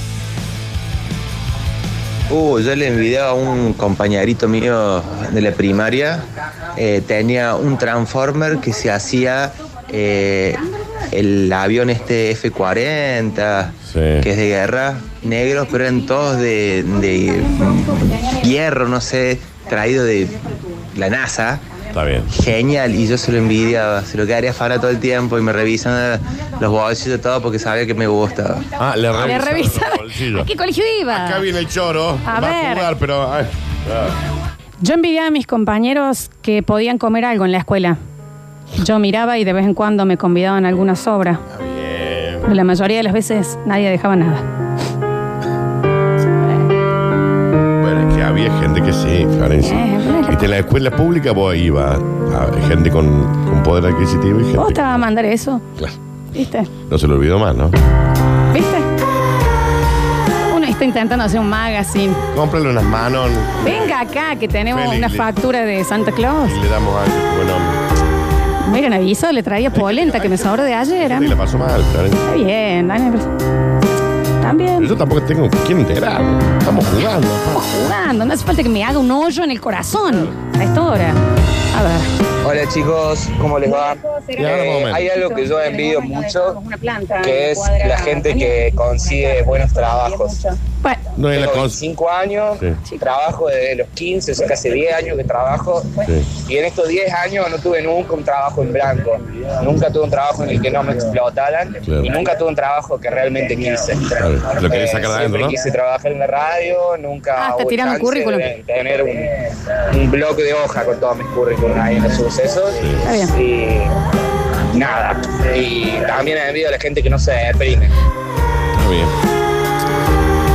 Speaker 7: Uh, yo le envidiaba a un compañerito mío de la primaria. eh, tenía un Transformer que se hacía eh, el avión este F-40,
Speaker 2: Sí.
Speaker 7: que es de guerra, negros, pero eran todos de, de hierro, no sé, traído de la NASA.
Speaker 2: Está bien.
Speaker 7: Genial, y yo se lo envidiaba, se lo quedaría fara todo el tiempo y me revisan los bolsillos y todo porque sabía que me gustaba.
Speaker 2: Ah, le revisaron
Speaker 1: Le
Speaker 2: los
Speaker 1: revisa.
Speaker 2: bolsillos.
Speaker 1: ¿A qué colegio iba?
Speaker 2: Acá viene el choro.
Speaker 1: Ah. A
Speaker 2: va a
Speaker 1: ver.
Speaker 2: jugar, pero. ay, ah.
Speaker 1: Yo envidiaba a mis compañeros que podían comer algo en la escuela. Yo miraba y de vez en cuando me convidaban a alguna sobra.
Speaker 2: Bien.
Speaker 1: Pero la mayoría de las veces nadie dejaba nada.
Speaker 2: Bueno, es que había gente que sí, Florencia.
Speaker 1: Eh, bueno.
Speaker 2: Viste, en la escuela pública vos ibas a gente con, con poder adquisitivo y gente.
Speaker 1: ¿Vos te vas a mandar eso?
Speaker 2: Claro.
Speaker 1: ¿Viste?
Speaker 2: No se lo olvidó más, ¿no?
Speaker 1: ¿Viste? Uno está intentando hacer un magazine.
Speaker 2: Cómprale unas manos
Speaker 1: Venga acá que tenemos
Speaker 2: Feliz,
Speaker 1: una
Speaker 2: Liz.
Speaker 1: factura de Santa Claus.
Speaker 2: y le damos algo. Bueno,
Speaker 1: Miren, aviso, le traía polenta que me sobró de ayer.
Speaker 2: y
Speaker 1: ¿eh?
Speaker 2: la pasó mal, Florencia.
Speaker 1: Está bien, Dani. pero- También.
Speaker 2: Yo tampoco tengo quién enterar. Estamos jugando.
Speaker 1: Estamos jugando, no hace falta que me haga un hoyo en el corazón. A esta hora. A ver.
Speaker 8: Hola chicos, ¿cómo les va?
Speaker 2: Y ahora, un momento.
Speaker 8: hay algo que yo envidio mucho, que es la gente que consigue buenos trabajos.
Speaker 1: Bueno,
Speaker 2: No es la
Speaker 8: Tengo
Speaker 2: cosa.
Speaker 8: 25 años,
Speaker 2: Sí.
Speaker 8: trabajo desde los 15, o sea, casi 10 años que trabajo.
Speaker 2: Sí.
Speaker 8: Y en estos 10 años no tuve nunca un trabajo en blanco. Nunca tuve un trabajo en el que no me explotaran.
Speaker 2: Claro.
Speaker 8: Y nunca tuve un trabajo que realmente quise.
Speaker 2: Claro, lo querés sacar de adentro,
Speaker 8: siempre
Speaker 2: ¿no?
Speaker 8: quise trabajar en la radio, nunca
Speaker 1: Ah, está
Speaker 8: hubo
Speaker 1: tirando
Speaker 8: chance
Speaker 1: currículum.
Speaker 8: de tener un, un bloque de hoja con todos mis currículums ahí en los sucesos.
Speaker 1: Está
Speaker 8: Y nada. Y también envidio a la gente que no se deprime.
Speaker 2: Está bien.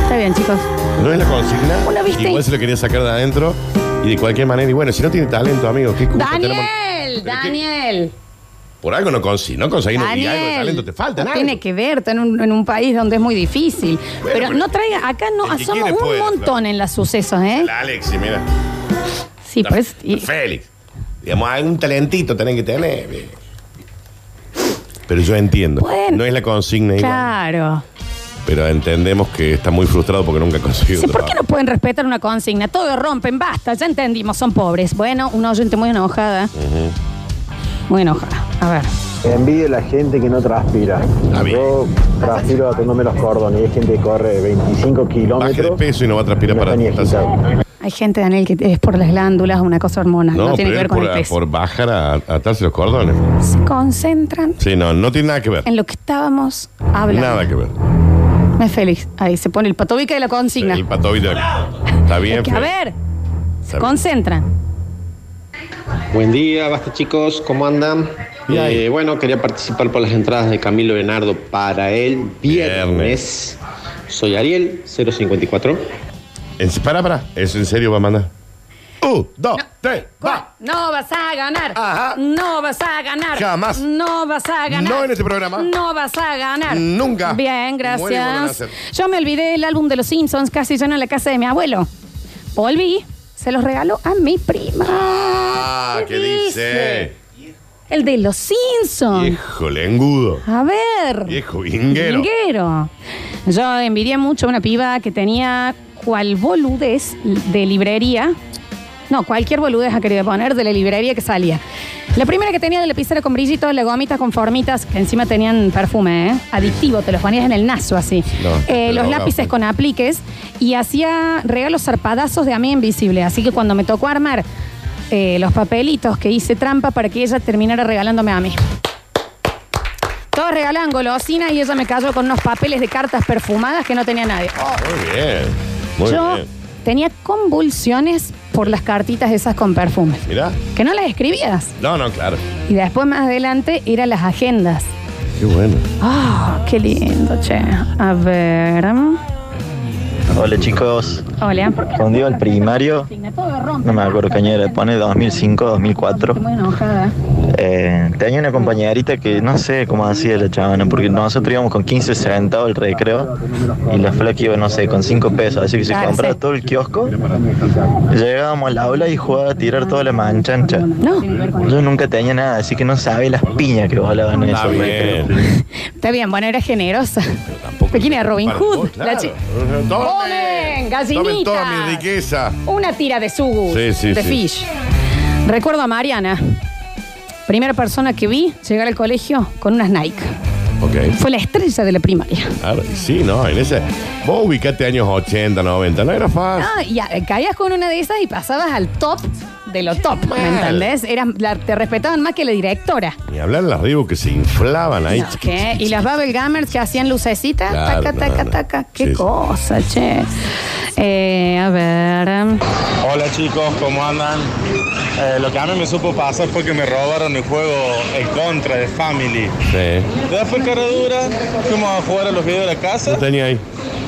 Speaker 1: está bien, chicos.
Speaker 2: No es la consigna.
Speaker 1: Una vista
Speaker 2: Igual
Speaker 1: y-
Speaker 2: se lo quería sacar de adentro y de cualquier manera. Y bueno, si no tiene talento, amigo, ¿qué excusa tenemos?
Speaker 1: Daniel,
Speaker 2: Pero ¿qué-
Speaker 1: Daniel.
Speaker 2: Por algo no consigo, no conseguimos y algo de talento te falta,
Speaker 1: no
Speaker 2: nada.
Speaker 1: tiene que ver, está en un, en un país donde es muy difícil. pero,
Speaker 2: pero-
Speaker 1: no traiga, acá no,
Speaker 2: El que
Speaker 1: somos
Speaker 2: quiere
Speaker 1: un
Speaker 2: puede,
Speaker 1: montón
Speaker 2: claro.
Speaker 1: en los sucesos, ¿eh?
Speaker 2: La Alexi, mira.
Speaker 1: Sí,
Speaker 2: La-
Speaker 1: pues. y-
Speaker 2: la Félix. Digamos, algún talentito tenés que tener. bien. Pero yo entiendo.
Speaker 1: Bueno.
Speaker 2: No es la consigna igual.
Speaker 1: claro.
Speaker 2: Pero entendemos que está muy frustrado porque nunca consiguió.
Speaker 1: Sí,
Speaker 2: un
Speaker 1: ¿Por qué no
Speaker 2: trabajo.
Speaker 1: pueden respetar una consigna? Todo rompen, basta, ya entendimos, son pobres. Bueno, una oyente muy enojada. Muy enojada. A ver.
Speaker 9: Envidio a la gente que no transpira.
Speaker 2: Está bien.
Speaker 9: Yo transpiro atándome los cordones. y Hay gente que corre 25
Speaker 2: Baje de
Speaker 9: kilómetros.
Speaker 2: peso y no va a transpirar
Speaker 9: No
Speaker 2: para
Speaker 9: está ni agitado.
Speaker 1: Hay gente, Daniel, que es por las glándulas, una cosa hormonal. No,
Speaker 2: No,
Speaker 1: tiene
Speaker 2: pero
Speaker 1: que ver
Speaker 2: es
Speaker 1: con el
Speaker 2: por,
Speaker 1: peso.
Speaker 2: por bajar a, a atarse los cordones.
Speaker 1: Se concentran
Speaker 2: Sí, no, no tiene nada que ver.
Speaker 1: en lo que estábamos hablando.
Speaker 2: Nada que ver.
Speaker 1: No es Félix. Ahí se pone el patobica de la consigna.
Speaker 2: El pato Vidal. Está bien.
Speaker 1: Es que, a
Speaker 2: Fede.
Speaker 1: ver, se
Speaker 2: bien.
Speaker 1: concentran.
Speaker 10: Buen día, basta chicos, ¿cómo andan?
Speaker 2: Y ahí.
Speaker 10: Eh, bueno, quería participar por las entradas de Camilo Leonardo para el viernes. Soy Ariel, 054.
Speaker 2: En- Pará, pará. ¿Eso en serio va a mandar? Un, dos, tres, va.
Speaker 1: No vas a ganar.
Speaker 2: Ajá.
Speaker 1: No vas a ganar.
Speaker 2: Jamás.
Speaker 1: No vas a ganar.
Speaker 2: No en este programa.
Speaker 1: No vas a ganar.
Speaker 2: Nunca.
Speaker 1: Bien,
Speaker 2: Muy bien, buenas gracias.
Speaker 1: gracias. Yo me olvidé el álbum de los Simpsons casi lleno en la casa de mi abuelo. Volví, se los regaló a mi prima.
Speaker 2: Ah, ¿qué dice?
Speaker 1: El de los Simpsons.
Speaker 2: Viejo lengudo.
Speaker 1: A ver.
Speaker 2: Viejo vinguero.
Speaker 1: Vinguero. Yo envidié mucho a una piba que tenía cual boludez de librería. No, cualquier boludez ha querido poner de la librería que salía. La primera que tenía de la pizarra con brillitos, la gomita con formitas, que encima tenían perfume, ¿eh? adictivo, te los ponías en el naso así.
Speaker 2: No,
Speaker 1: Eh,
Speaker 2: te
Speaker 1: los
Speaker 2: drogaba.
Speaker 1: lápices con apliques y hacía regalos zarpadazos de a mí invisible. Así que cuando me tocó armar eh, los papelitos que hice trampa para que ella terminara regalándome a mí. Todos regalan golosinas y ella me cayó con unos papeles de cartas perfumadas que no tenía nadie.
Speaker 2: Ah, Muy bien. Muy
Speaker 1: Yo
Speaker 2: bien.
Speaker 1: tenía convulsiones por las cartitas esas con perfume.
Speaker 2: Mirá.
Speaker 1: Que no las escribías.
Speaker 2: No, no, claro.
Speaker 1: Y después más adelante eran las agendas.
Speaker 2: Qué bueno.
Speaker 1: ¡Ah! ¡Qué lindo, che! A ver.
Speaker 6: Hola chicos,
Speaker 1: Hola.
Speaker 6: cuando iba al primario, no me acuerdo qué año era, pone 2005, 2004.
Speaker 1: Muy enojada.
Speaker 6: Eh, tenía una compañerita que no sé cómo hacía la chavana, porque nosotros íbamos con 15 centavos el recreo y la flaca iba, no sé, con 5 pesos, así que se
Speaker 1: Ah,
Speaker 6: compraba
Speaker 1: sí.
Speaker 6: todo el kiosco. Llegábamos al aula y jugaba a tirar toda la manchancha.
Speaker 1: No,
Speaker 6: Yo nunca tenía nada, así que no sabía las piñas que volaban en
Speaker 2: Está
Speaker 6: esos recreos.
Speaker 2: bien.
Speaker 1: está bien, bueno, era generosa.
Speaker 2: Pero tampoco.
Speaker 1: Pequina Robin Hood, la chi-
Speaker 2: Tomen.
Speaker 1: ¡Tomen! gallinitas.
Speaker 2: Tomen toda mi riqueza.
Speaker 1: Una tira de sugus,
Speaker 2: Sí, sí,
Speaker 1: de
Speaker 2: sí.
Speaker 1: fish. Recuerdo a Mariana, primera persona que vi llegar al colegio con unas Nike.
Speaker 2: Ok.
Speaker 1: Fue la estrella de la primaria.
Speaker 2: A ver, sí, no, en ese. Vos ubicate años 80, 90, no era fácil.
Speaker 1: Ah, y a- caías con una de esas y pasabas al top de lo top, ¿me entendés? Eras la- te respetaban más que la directora.
Speaker 2: Ni hablar las Reebok que se inflaban ahí.
Speaker 1: No, ¿qué? Y las Babel Gamers que hacían lucecitas.
Speaker 2: Claro,
Speaker 1: taca,
Speaker 2: no,
Speaker 1: taca,
Speaker 2: no.
Speaker 1: taca. Qué
Speaker 2: Sí, sí.
Speaker 1: cosa, che. Eh, a ver.
Speaker 11: Hola chicos, ¿cómo andan? Eh, lo que a mí me supo pasar fue que me robaron el juego El Contra de Family.
Speaker 2: Sí.
Speaker 11: Después cara dura, fuimos a jugar a los videos de la casa.
Speaker 2: ¿Qué tenía ahí?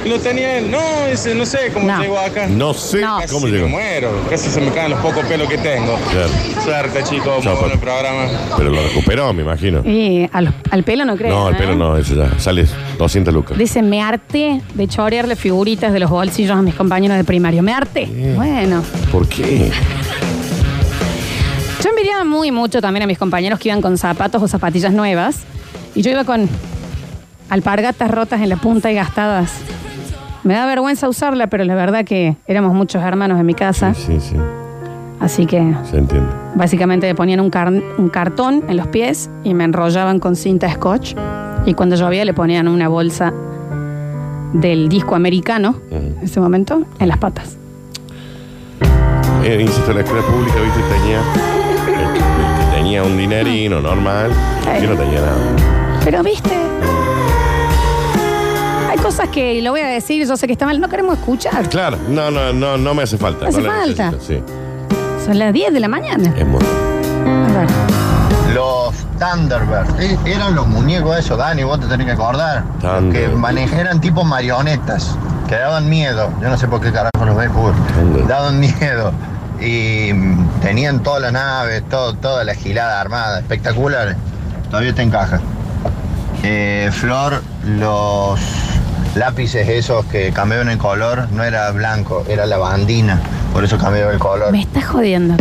Speaker 11: Y lo tenía él. No, dice, no sé cómo
Speaker 1: No.
Speaker 11: llegó acá.
Speaker 2: No sé
Speaker 1: No.
Speaker 2: cómo
Speaker 11: Me
Speaker 2: llegó.
Speaker 11: muero, casi se me caen los pocos pelos que tengo.
Speaker 2: Claro.
Speaker 11: Suerte chicos,
Speaker 2: Chao,
Speaker 11: muy
Speaker 2: pues.
Speaker 11: bueno el
Speaker 2: Pato.
Speaker 11: programa.
Speaker 2: Pero lo recuperó, me imagino.
Speaker 1: Eh, al, al pelo no creo.
Speaker 2: No, el
Speaker 1: ¿eh?
Speaker 2: pelo no, eso ya. Sales 200 lucas.
Speaker 1: Dice, me harté de chorearle figuritas de los bolsillos a mis compañeros de primario. Me harté. Bueno.
Speaker 2: ¿Por qué?
Speaker 1: Yo envidiaba muy mucho también a mis compañeros que iban con zapatos o zapatillas nuevas. Y yo iba con alpargatas rotas en la punta y gastadas. Me da vergüenza usarla, pero la verdad que éramos muchos hermanos en mi casa.
Speaker 2: Sí, sí,
Speaker 1: Así que
Speaker 2: se entiende.
Speaker 1: básicamente me ponían un, car- un cartón en los pies y me enrollaban con cinta scotch. Y cuando llovía le ponían una bolsa del disco americano,
Speaker 2: Ujú.
Speaker 1: en ese momento, en las patas.
Speaker 2: Eh, insisto, la escuela pública, viste, tenía, eh, tenía un dinerino normal. Yo no tenía nada.
Speaker 1: Pero viste. Hay cosas que y lo voy a decir, yo sé que está mal, no queremos escuchar.
Speaker 2: Claro, no, no, no, no me hace falta.
Speaker 1: Hace
Speaker 2: no la
Speaker 1: falta.
Speaker 2: necesito, Sí,
Speaker 1: Son las 10 de la mañana.
Speaker 2: es muy.
Speaker 1: A ver.
Speaker 6: Los Thunderbirds, eh, eran los muñecos esos, Dani, vos te tenés que acordar. Los que
Speaker 2: Thunderbirds.
Speaker 6: manej- eran tipo marionetas, que daban miedo. Yo no sé por qué carajo los ven jugar.
Speaker 2: Thunderbirds.
Speaker 6: Daban miedo. Y mm, tenían toda la nave, todo, toda la gilada armada, espectacular. Todavía te encaja. Eh, Flor, los lápices esos que cambiaban el color, no era blanco, era lavandina. Por eso cambiaba el color.
Speaker 1: Me estás jodiendo.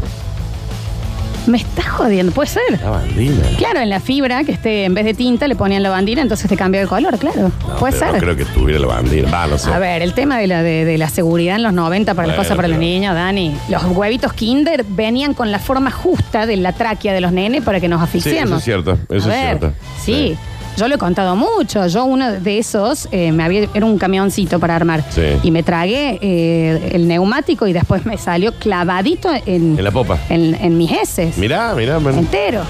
Speaker 1: Me estás jodiendo, puede ser.
Speaker 2: La bandina.
Speaker 1: Claro, en la fibra que esté, en vez de tinta, le ponían la bandina, entonces te cambia el color, claro.
Speaker 2: No,
Speaker 1: puede
Speaker 2: pero
Speaker 1: ser.
Speaker 2: No creo que tuviera la bandina. Va, no sé.
Speaker 1: A ver, el tema de la, de, de la seguridad en los 90 para
Speaker 2: Bueno,
Speaker 1: las cosas para los
Speaker 2: pero-
Speaker 1: niños, Dani. Los huevitos Kinder venían con la forma justa de la tráquea de los nenes para que nos
Speaker 2: Sí, eso
Speaker 1: asfixiemos.
Speaker 2: es cierto. Eso
Speaker 1: A
Speaker 2: es
Speaker 1: ver,
Speaker 2: cierto.
Speaker 1: Sí. yo lo he contado mucho. Yo uno de esos, eh, me había, era un camioncito para armar.
Speaker 2: Sí.
Speaker 1: Y me tragué eh, el neumático y después me salió clavadito en,
Speaker 2: En la popa.
Speaker 1: en- en mis heces.
Speaker 2: Mirá, mirá. mirá.
Speaker 1: Entero.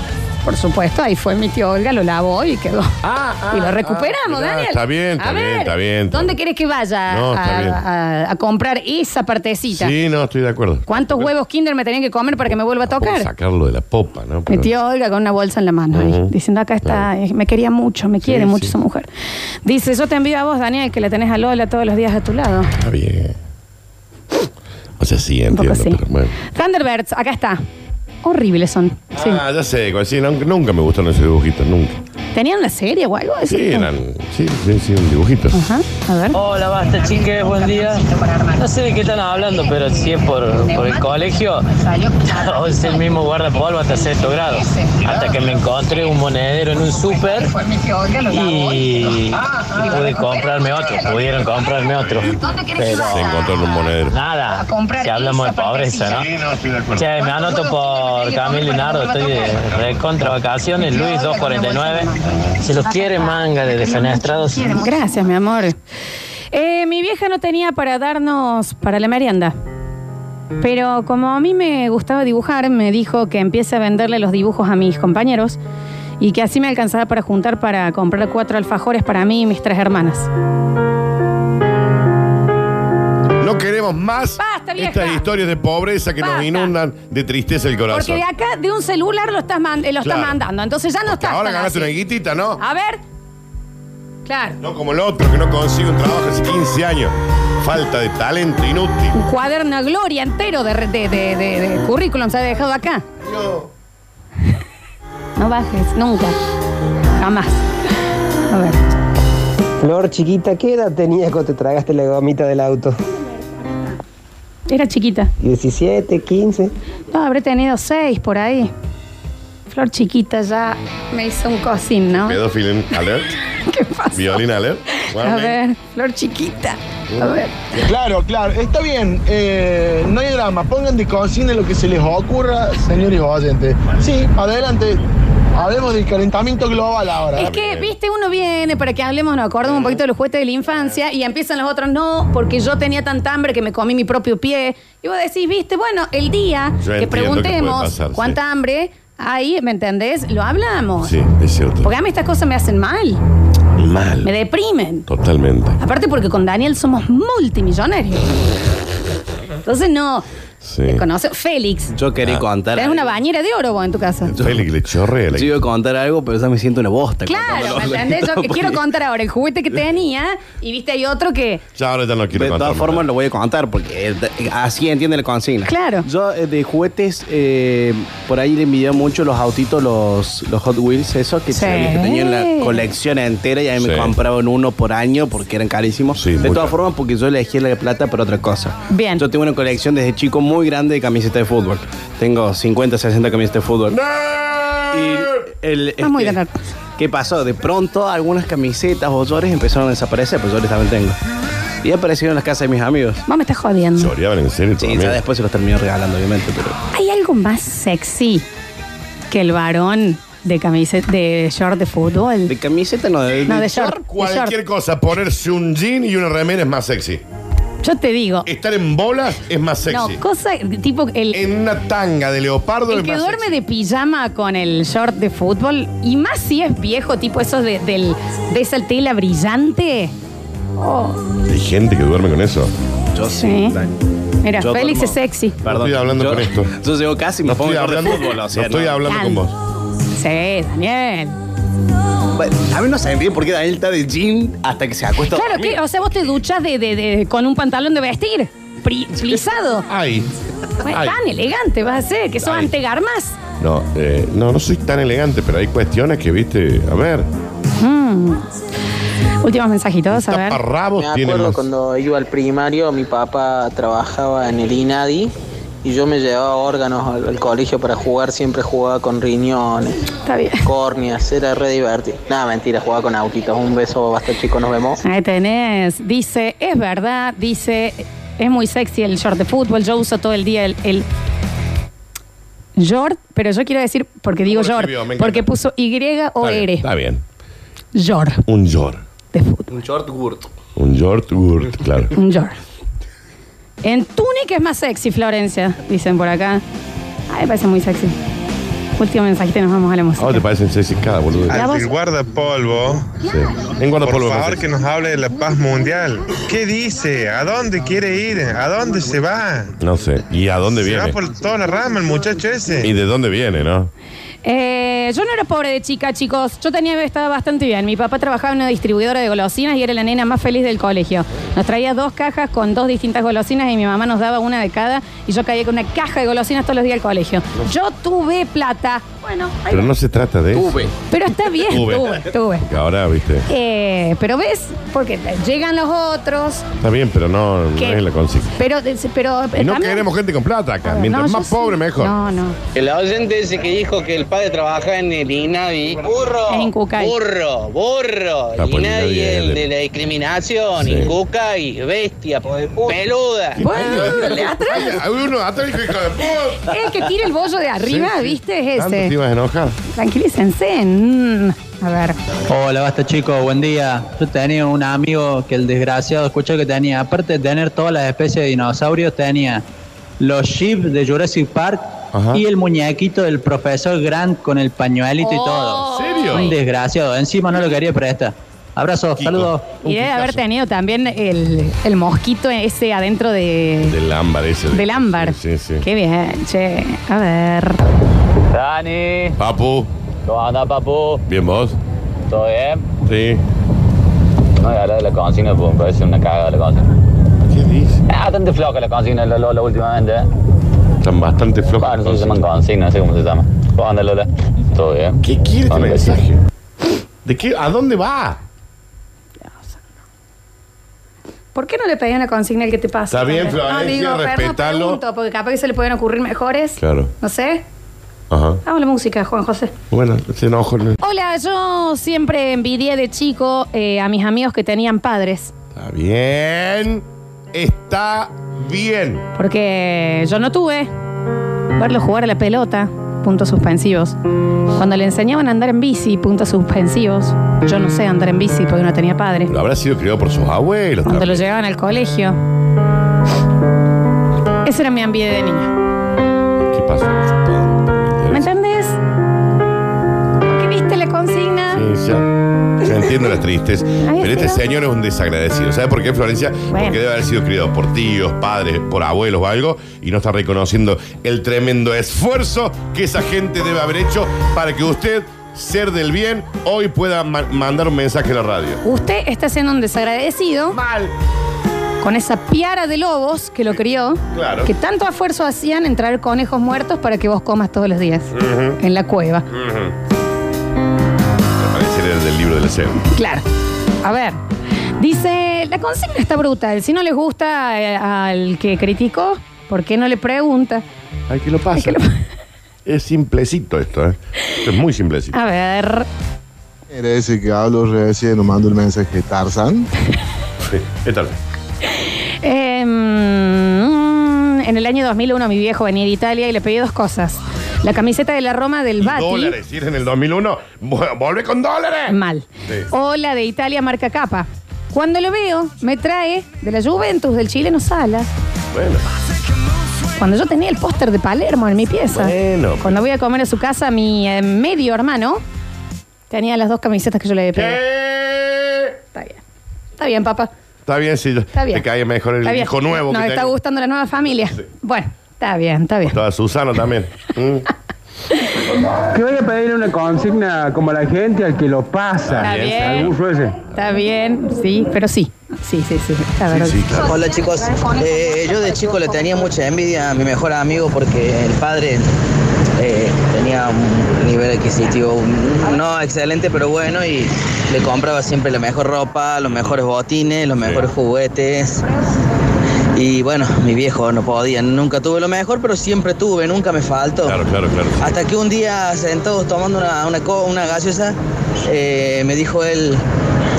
Speaker 1: Por supuesto, ahí fue mi tío Olga, lo lavó y quedó.
Speaker 2: Ah, ah,
Speaker 1: y lo recuperamos,
Speaker 2: ah, mirá,
Speaker 1: Daniel.
Speaker 2: está bien, está
Speaker 1: A
Speaker 2: bien,
Speaker 1: ver,
Speaker 2: está bien, está
Speaker 1: ¿Dónde
Speaker 2: bien.
Speaker 1: querés que vaya
Speaker 2: No,
Speaker 1: a,
Speaker 2: está bien.
Speaker 1: a- a comprar esa partecita?
Speaker 2: Sí, no, estoy de acuerdo.
Speaker 1: ¿Cuántos huevos Kinder me tenían que comer para que me vuelva a
Speaker 2: Tampoco
Speaker 1: tocar?
Speaker 2: Sacarlo de la popa, ¿no?
Speaker 1: Mi
Speaker 2: Pero-
Speaker 1: tío Olga con una bolsa en la mano, ahí,
Speaker 2: Ujú.
Speaker 1: diciendo acá está, eh, me quería mucho, me quiere mucho esa mujer. Dice, yo te envío a vos, Daniel, que la tenés a Lola todos los días a tu lado.
Speaker 2: Está bien. O sea, sí,
Speaker 1: Un poco
Speaker 2: entiendo,
Speaker 1: así.
Speaker 2: pero bueno.
Speaker 1: Thunderbirds, acá está. Horribles son. Sí.
Speaker 2: Ah, ya sé, cuál, sí, no, nunca me gustaron esos dibujitos, nunca.
Speaker 1: ¿Tenían una serie o algo?
Speaker 2: Sí,
Speaker 1: ¿Eso?
Speaker 2: eran, sí, sí, sí, un dibujito.
Speaker 1: Ajá, a ver.
Speaker 12: Hola, basta chiques, buen día. No sé de qué están hablando, pero si es por, por el colegio, hoy es el mismo guardapolvo hasta sexto grado. Hasta que me encontré un monedero en un súper y y pude comprarme otro, pudieron comprarme otro. Pero
Speaker 2: Se encontró en un monedero.
Speaker 12: nada, si hablamos de pobreza, ¿no?
Speaker 2: no, estoy de acuerdo.
Speaker 12: Che, me anoto por Camilo Leonardo, estoy de recontra vacaciones, Luis 249. Si los quiere, manga de defenestrados.
Speaker 1: Gracias, mi amor. Eh, mi vieja no tenía para darnos para la merienda. Pero como a mí me gustaba dibujar, me dijo que empiece a venderle los dibujos a mis compañeros y que así me alcanzaba para juntar para comprar cuatro alfajores para mí y mis tres hermanas.
Speaker 2: No queremos más
Speaker 1: Basta, vieja.
Speaker 2: estas historias de pobreza que nos
Speaker 1: Basta.
Speaker 2: inundan de tristeza el corazón.
Speaker 1: Porque de acá, de un celular, lo estás, man- eh, lo estás
Speaker 2: Claro.
Speaker 1: mandando. Entonces ya no
Speaker 2: Porque
Speaker 1: estás.
Speaker 2: ahora
Speaker 1: tan
Speaker 2: ganaste una
Speaker 1: así.
Speaker 2: guitita, ¿no?
Speaker 1: A ver. Claro.
Speaker 2: No como el otro que no consigue un trabajo hace 15 años. Falta de talento inútil.
Speaker 1: Un cuaderno a gloria entero de, re- de, de, de- de currículum se ha dejado acá. No bajes, nunca. Jamás. A ver.
Speaker 13: Flor chiquita, ¿qué edad tenías cuando te tragaste la gomita del auto?
Speaker 1: Era chiquita.
Speaker 13: 17, 15.
Speaker 1: No, habré tenido seis por ahí. Flor chiquita ya me hizo un cosín, ¿no?
Speaker 2: Pedófilo alert,
Speaker 1: ¿Qué pasa?
Speaker 2: violín alert.
Speaker 1: A ver, flor chiquita. A ver.
Speaker 14: Claro, claro, está bien, eh, no hay drama, pongan de consigna lo que se les ocurra, señores oyentes. Sí, adelante, hablemos del calentamiento global ahora.
Speaker 1: Es que, viste, uno viene para que hablemos, nos acordamos un poquito de los juguetes de la infancia y empiezan los otros, no, porque yo tenía tanta hambre que me comí mi propio pie. Y vos decís, viste, bueno, el día
Speaker 2: Yo
Speaker 1: que
Speaker 2: entiendo que puede
Speaker 1: preguntemos
Speaker 2: pasar, sí.
Speaker 1: cuánta hambre hay, ¿me entendés? Lo hablamos.
Speaker 2: Sí, es cierto.
Speaker 1: Porque a mí estas cosas me hacen mal,
Speaker 2: Mal.
Speaker 1: me deprimen.
Speaker 2: Totalmente.
Speaker 1: Aparte porque con Daniel somos multimillonarios. Entonces no,
Speaker 2: Sí.
Speaker 1: conoce Félix.
Speaker 15: Yo quería contar.
Speaker 1: Tenés una bañera de oro vos en tu casa.
Speaker 2: Félix le chorrea.
Speaker 15: Yo iba a contar algo, pero ya me siento una bosta.
Speaker 1: Claro, ¿me
Speaker 15: contándolo.
Speaker 1: entendés? Yo que quiero contar ahora el juguete que tenía y viste hay otro que.
Speaker 2: Ya ahora ya no quiero
Speaker 15: De
Speaker 2: contar
Speaker 15: todas
Speaker 2: más.
Speaker 15: formas lo voy a contar porque eh, de- así entiende la consigna.
Speaker 1: Claro.
Speaker 15: Yo eh, de juguetes, eh, por ahí le envidiaba mucho los autitos, los, los Hot Wheels, esos que, sabía que tenían la colección entera y a mí me
Speaker 2: Sí.
Speaker 15: compraban uno por año porque eran carísimos. de todas formas, porque yo elegí la de plata para otra cosa.
Speaker 1: Bien.
Speaker 15: Yo tengo una colección desde chico muy grande de camisetas de fútbol. Tengo 50, 60 camisetas de fútbol. Y el,
Speaker 1: No es muy
Speaker 15: este,
Speaker 1: ganar.
Speaker 15: ¿Qué pasó? De pronto algunas camisetas o llores empezaron a desaparecer, pues yo les también tengo. Y aparecieron en las casas de mis amigos.
Speaker 1: Vos me estás jodiendo.
Speaker 2: en serio?
Speaker 15: Sí, ya después se los terminó regalando, obviamente, pero.
Speaker 1: ¿Hay algo más sexy que el varón de camiseta, de short de fútbol? De
Speaker 15: camiseta no, de,
Speaker 1: no, de short. de short.
Speaker 2: Cualquier cosa, ponerse un jean y una remera es más sexy.
Speaker 1: Yo te digo.
Speaker 2: Estar en bolas es más sexy.
Speaker 1: No, cosa tipo el.
Speaker 2: En una tanga de leopardo
Speaker 1: El
Speaker 2: es
Speaker 1: que
Speaker 2: más
Speaker 1: duerme de pijama con el short de fútbol, y más si es viejo, tipo esos de, del- de esa tela brillante. Oh,
Speaker 2: sexy. Hay gente que duerme con eso.
Speaker 15: Yo
Speaker 1: sí. Mira,
Speaker 15: Yo
Speaker 1: Félix
Speaker 15: duermo-
Speaker 1: es sexy.
Speaker 15: Perdón.
Speaker 2: estoy hablando
Speaker 15: yo,
Speaker 2: con esto.
Speaker 15: Yo llego casi y me
Speaker 2: No
Speaker 15: pongo
Speaker 2: estoy
Speaker 15: short
Speaker 2: hablando-
Speaker 15: de fútbol. O sea,
Speaker 2: no estoy hablando con vos.
Speaker 1: Sí, Daniel.
Speaker 15: Bueno, a mí no se entiende por qué Daniel está de jean hasta que se acuesta. a
Speaker 1: Claro,
Speaker 15: dormir.
Speaker 1: que, o sea, vos te duchas de, de- de- con un pantalón de vestir, pri- plisado.
Speaker 2: Ay.
Speaker 1: Pues,
Speaker 2: Ay.
Speaker 1: Tan elegante vas a ser, que sos
Speaker 2: Ay.
Speaker 1: antegarmas.
Speaker 2: No, eh, no, no soy tan elegante, pero hay cuestiones que, viste, a ver.
Speaker 1: Mm. Últimos mensajitos, a ver.
Speaker 2: Taparrabos
Speaker 16: Me acuerdo cuando iba al primario, mi papá trabajaba en el INADI y yo me llevaba órganos al, al colegio para jugar, siempre jugaba con riñones, córneas, era re divertido. Nada, mentira, jugaba con autitos. Un beso, basta chicos, nos vemos.
Speaker 1: Ahí tenés. Dice, es verdad, dice, es muy sexy el short de fútbol. Yo uso todo el día el, el short, pero yo quiero decir, porque digo
Speaker 2: ¿Cómo lo
Speaker 1: short,
Speaker 2: escribió? Me encanta.
Speaker 1: porque puso Y-O-R.
Speaker 2: Está bien.
Speaker 1: Short.
Speaker 2: Un yor.
Speaker 15: Un short gurt.
Speaker 2: Un yort, gurt, claro.
Speaker 1: Un short. En túnica es más sexy, Florencia, dicen por acá. Ay, me parece muy sexy. Último mensajito y nos vamos a la
Speaker 2: ¿A vos
Speaker 1: música.
Speaker 2: te parecen sexy cada boludo?
Speaker 1: La voz-
Speaker 11: Al guardapolvo,
Speaker 2: En guardapolvo,
Speaker 11: por favor
Speaker 2: Mercedes.
Speaker 11: que nos hable de la paz mundial. ¿Qué dice? ¿A dónde quiere ir? ¿A dónde se va?
Speaker 2: No sé. ¿Y a dónde
Speaker 11: Se va
Speaker 2: viene?
Speaker 11: por toda la rama el muchacho ese.
Speaker 2: ¿Y de dónde viene, no?
Speaker 1: Eh, yo no era pobre de chica, chicos. Yo tenía, estaba bastante bien. Mi papá trabajaba en una distribuidora de golosinas y era la nena más feliz del colegio. Nos traía dos cajas con dos distintas golosinas y mi mamá nos daba una de cada y yo caía con una caja de golosinas todos los días al colegio. Yo tuve plata. Bueno, ahí
Speaker 2: Pero
Speaker 1: va.
Speaker 2: no se trata de eso.
Speaker 1: pero está bien,
Speaker 2: Tuve.
Speaker 1: tuve, tuve.
Speaker 2: Que Ahora, viste.
Speaker 1: Eh, pero ves, porque llegan los otros,
Speaker 2: Está bien, pero no, no
Speaker 1: ¿Qué?
Speaker 2: es la consigna.
Speaker 1: pero, pero eh,
Speaker 2: Y no
Speaker 1: también-
Speaker 2: queremos gente con plata acá.
Speaker 1: No,
Speaker 2: Mientras
Speaker 1: yo
Speaker 2: más
Speaker 1: sí.
Speaker 2: pobre, mejor.
Speaker 1: No, no.
Speaker 8: El oyente ese que dijo que el padre trabaja en el INAVI. Burro.
Speaker 1: En Cucay.
Speaker 8: Burro, burro.
Speaker 2: Está
Speaker 8: El
Speaker 2: por el
Speaker 8: INAVI
Speaker 2: INAVI,
Speaker 8: es el
Speaker 2: el
Speaker 8: de la discriminación.
Speaker 2: Sí.
Speaker 8: Y Cucay, bestia, peluda.
Speaker 2: Hay uno atrás dijo, hijo de puta.
Speaker 1: El que tira el bollo de arriba,
Speaker 2: Sí, sí.
Speaker 1: ¿viste? Es
Speaker 2: Tanto te
Speaker 1: ese.
Speaker 2: ibas a enojar.
Speaker 1: Tranquilícense. Mm, a ver.
Speaker 17: Hola, basta chicos, buen día. Yo tenía un amigo que el desgraciado escuchó que tenía, aparte de tener todas las especies de dinosaurios, tenía los sheep de Jurassic Park
Speaker 1: Ah.
Speaker 17: y el muñequito del profesor Grant con el pañuelito y
Speaker 1: Oh,
Speaker 17: todo.
Speaker 11: Oh.
Speaker 2: serio?
Speaker 17: Un desgraciado, encima no lo quería prestar. Abrazo, saludos.
Speaker 1: Y debe haber tenido también el, el mosquito ese adentro de,
Speaker 2: Del ámbar ese.
Speaker 1: del ámbar.
Speaker 2: Sí, sí.
Speaker 1: Qué bien, che. A ver.
Speaker 8: Dani.
Speaker 2: Papu.
Speaker 8: ¿Cómo anda, papu?
Speaker 2: Bien, vos.
Speaker 8: ¿Todo bien?
Speaker 2: Sí.
Speaker 8: No voy a hablar de la consigna porque me parece una cagada la consigna.
Speaker 2: ¿Qué dices?
Speaker 8: Ah, bastante floja la consigna de la Lola últimamente, ¿eh?
Speaker 2: Están bastante
Speaker 8: Bueno,
Speaker 2: flojas.
Speaker 8: no sé si se llaman consigna, no sé cómo se llama. ¿Cómo anda, Lola? ¿Todo bien?
Speaker 2: ¿Qué quiere este
Speaker 8: ¿Dónde
Speaker 2: mensaje? ¿De qué? ¿A dónde va?
Speaker 1: ¿Por qué no le pedí una consigna al que te pasa?
Speaker 2: Está bien, Florencia,
Speaker 1: perdón,
Speaker 2: respetalo.
Speaker 1: pregunto, porque capaz que se le pueden ocurrir mejores.
Speaker 2: Claro.
Speaker 1: No sé.
Speaker 2: Ajá.
Speaker 1: Vamos a la música, Juan José.
Speaker 2: Bueno, se enojo. ¿no?
Speaker 1: Hola, yo siempre envidié de chico eh, a mis amigos que tenían padres.
Speaker 2: Está bien. Está bien.
Speaker 1: Porque yo no tuve verlo jugar a la pelota, puntos suspensivos. Cuando le enseñaban a andar en bici, puntos suspensivos. Yo no sé andar en bici porque no tenía padre.
Speaker 2: Lo habrá sido criado por sus abuelos.
Speaker 1: Cuando lo
Speaker 2: también.
Speaker 1: llevaban al colegio. Ese era mi ambiente de niño.
Speaker 2: ¿Qué pasa?
Speaker 1: ¿Me entendés? Porque viste la consigna.
Speaker 2: Sí, ya. Ya entiendo las tristes.
Speaker 1: Ah. Ay,
Speaker 2: Pero este
Speaker 1: pero-
Speaker 2: señor es un desagradecido. ¿Sabes por qué, Florencia? Porque debe haber sido criado por tíos, padres, por abuelos o algo, y no está reconociendo el tremendo esfuerzo que esa gente debe haber hecho para que usted, ser del bien, hoy pueda ma- mandar un mensaje a la radio.
Speaker 1: Usted está siendo un desagradecido.
Speaker 2: Mal.
Speaker 1: Con esa piara de lobos que lo crió.
Speaker 2: claro.
Speaker 1: Que tanto esfuerzo hacían en traer conejos muertos para que vos comas todos los días.
Speaker 2: Ujú.
Speaker 1: En la cueva.
Speaker 2: Ujú. Me parece el del libro de la SEM.
Speaker 1: Claro. A ver. Dice, la consigna está brutal. Si no les gusta eh, al que criticó, ¿por qué no le pregunta?
Speaker 2: Hay que lo pasa. Es simplecito esto, ¿eh? Esto es muy simplecito.
Speaker 1: A ver.
Speaker 14: ¿Quiere decir que hablo recién o mando el mensaje Tarzan?
Speaker 2: Sí, ¿qué tal?
Speaker 1: Eh, mm, en el año 2001 mi viejo venía de Italia y le pedí dos cosas. La camiseta de la Roma del Bati.
Speaker 2: Dólares, si es en el 2001, vu- vuelve con dólares.
Speaker 1: Mal.
Speaker 2: Sí.
Speaker 1: O la de Italia marca capa. Cuando lo veo, me trae de la Juventus, del chileno Sala.
Speaker 2: Bueno,
Speaker 1: Cuando yo tenía el póster de Palermo en mi pieza.
Speaker 2: Bueno.
Speaker 1: Cuando voy a comer a su casa, mi eh, medio hermano tenía las dos camisetas que yo le había pedido. Está bien. Está bien, papá.
Speaker 2: está bien si yo-
Speaker 1: Está bien.
Speaker 2: te cae mejor el
Speaker 1: Está bien.
Speaker 2: hijo nuevo
Speaker 1: Nos
Speaker 2: que
Speaker 1: está
Speaker 2: tengo.
Speaker 1: gustando la nueva familia. Bueno, está bien, está bien.
Speaker 2: Estaba Susano también. Mm.
Speaker 18: Que vaya a pedir una consigna como la gente al que lo pasa.
Speaker 1: Está bien.
Speaker 18: Al bufo ese.
Speaker 1: Está bien, sí, pero sí. Sí, sí, sí. Está verdad.
Speaker 19: Hola chicos, Eh, yo de chico le tenía mucha envidia a mi mejor amigo porque el padre eh, tenía un nivel adquisitivo mm, no excelente pero bueno y le compraba siempre la mejor ropa, los mejores botines, los mejores juguetes y bueno, mi viejo no podía, nunca tuve lo mejor pero siempre tuve, nunca me faltó.
Speaker 2: Claro, claro, claro.
Speaker 19: Hasta que un día sentados tomando una, una, co- una gaseosa, eh, me dijo él,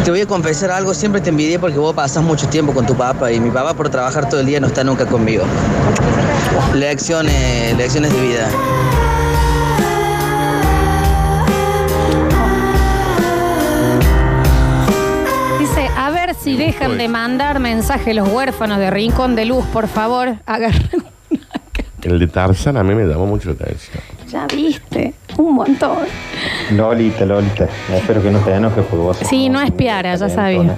Speaker 19: te voy a confesar algo, siempre te envidié porque vos pasás mucho tiempo con tu papá y mi papá por trabajar todo el día no está nunca conmigo. Lecciones, lecciones de vida.
Speaker 1: Dice, a ver si dejan de mandar mensaje los huérfanos de Rincón de Luz, por favor, agarren.
Speaker 2: El de Tarzan a mí me llamó mucho la atención.
Speaker 1: Ya viste, un montón.
Speaker 9: Lolita, Lolita, espero que no te enojes porque vos.
Speaker 1: Sí, no es piara, ya sabía.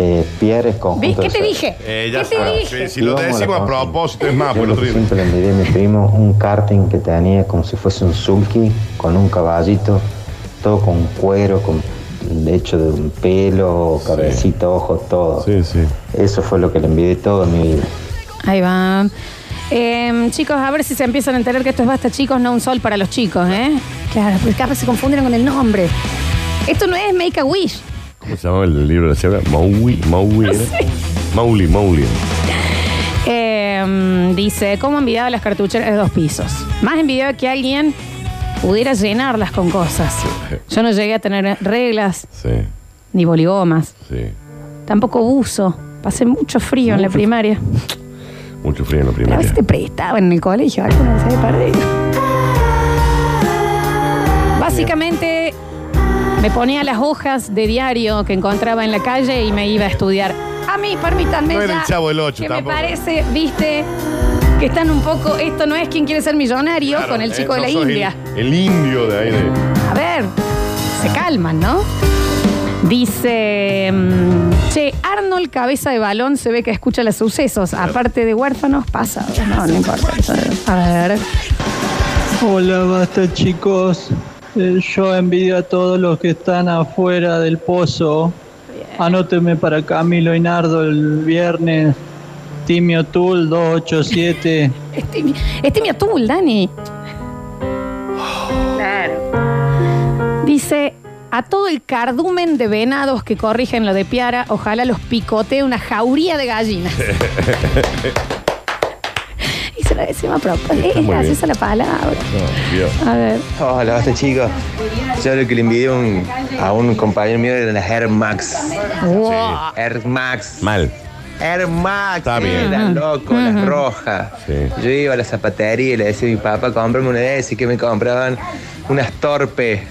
Speaker 9: Eh, Pierre es
Speaker 1: ¿Ves?
Speaker 9: conjunto.
Speaker 1: ¿Qué
Speaker 9: de
Speaker 1: te
Speaker 9: ser.
Speaker 1: dije?
Speaker 2: Eh,
Speaker 1: ¿Qué te dije?
Speaker 2: Si lo te decimos a propósito, es más, pues
Speaker 9: Yo
Speaker 2: por
Speaker 9: lo
Speaker 2: los
Speaker 9: que siempre le envidié a mi primo un karting que tenía como si fuese un sulky, con un caballito, todo con cuero, con hecho de un pelo, cabecita, ojos, todo. Sí, sí. Eso fue lo que le envidié toda mi vida.
Speaker 1: Ahí va. Em, chicos, a ver si se empiezan a enterar que esto es basta, chicos, no un sol para los chicos, ¿eh? Claro, porque capaz se confundieron con el nombre. Esto no es Make a Wish.
Speaker 2: ¿Cómo se llamaba el del libro de la Sierra? Maui, Maui. ¿era? Mauli, Mauli.
Speaker 1: Em, dice, ¿cómo envidiaba las cartucheras de dos pisos? Más envidiaba que alguien pudiera llenarlas con cosas. Yo no llegué a tener reglas,
Speaker 2: Sí,
Speaker 1: ni boligomas,
Speaker 2: sí.
Speaker 1: tampoco buzo. Pasé mucho frío en la primaria.
Speaker 2: Mucho frío en la
Speaker 1: A veces
Speaker 2: primaria.
Speaker 1: te prestaban en el colegio, algo no se había perdido. Básicamente me ponía las hojas de diario que encontraba en la calle y me iba a estudiar. A mí, permítanme
Speaker 2: No era
Speaker 1: ya,
Speaker 2: el Chavo del Ocho
Speaker 1: que
Speaker 2: tampoco.
Speaker 1: me parece, viste, que están un poco, esto no es quien quiere ser millonario
Speaker 2: Claro,
Speaker 1: con el
Speaker 2: eh,
Speaker 1: chico de
Speaker 2: no
Speaker 1: la
Speaker 2: sos el-
Speaker 1: India.
Speaker 2: El, indio de ahí. de-
Speaker 1: A ver, se calman, ¿no? Dice, mm, che, Arnold Cabeza de Balón se ve que escucha los sucesos, aparte de huérfanos pasados. No, no importa. eso. A ver.
Speaker 17: Hola, basta chicos. Eh, yo envidio a todos los que están afuera del pozo. Anóteme para Camilo Inardo el viernes. Timio Tul 287.
Speaker 1: Este, este mi atul, Dani. Claro. Dice, a todo el cardumen de venados que corrigen lo de Piara, ojalá los picotee una jauría de gallinas. Y se lo decimos a propósito.
Speaker 7: Está
Speaker 1: Es
Speaker 7: muy bien.
Speaker 1: graciosa la palabra. A ver.
Speaker 7: Hola, basta chicos. Yo lo que le envidié a un- a un compañero mío eran las Air Max.
Speaker 1: Wow.
Speaker 7: Air Max.
Speaker 2: Mal.
Speaker 7: Air Max. Está
Speaker 2: bien.
Speaker 7: loco, las rojas. Yo iba a la zapatería y le decía a mi papá, cómprame una de esas. Y que me compraban unas torpes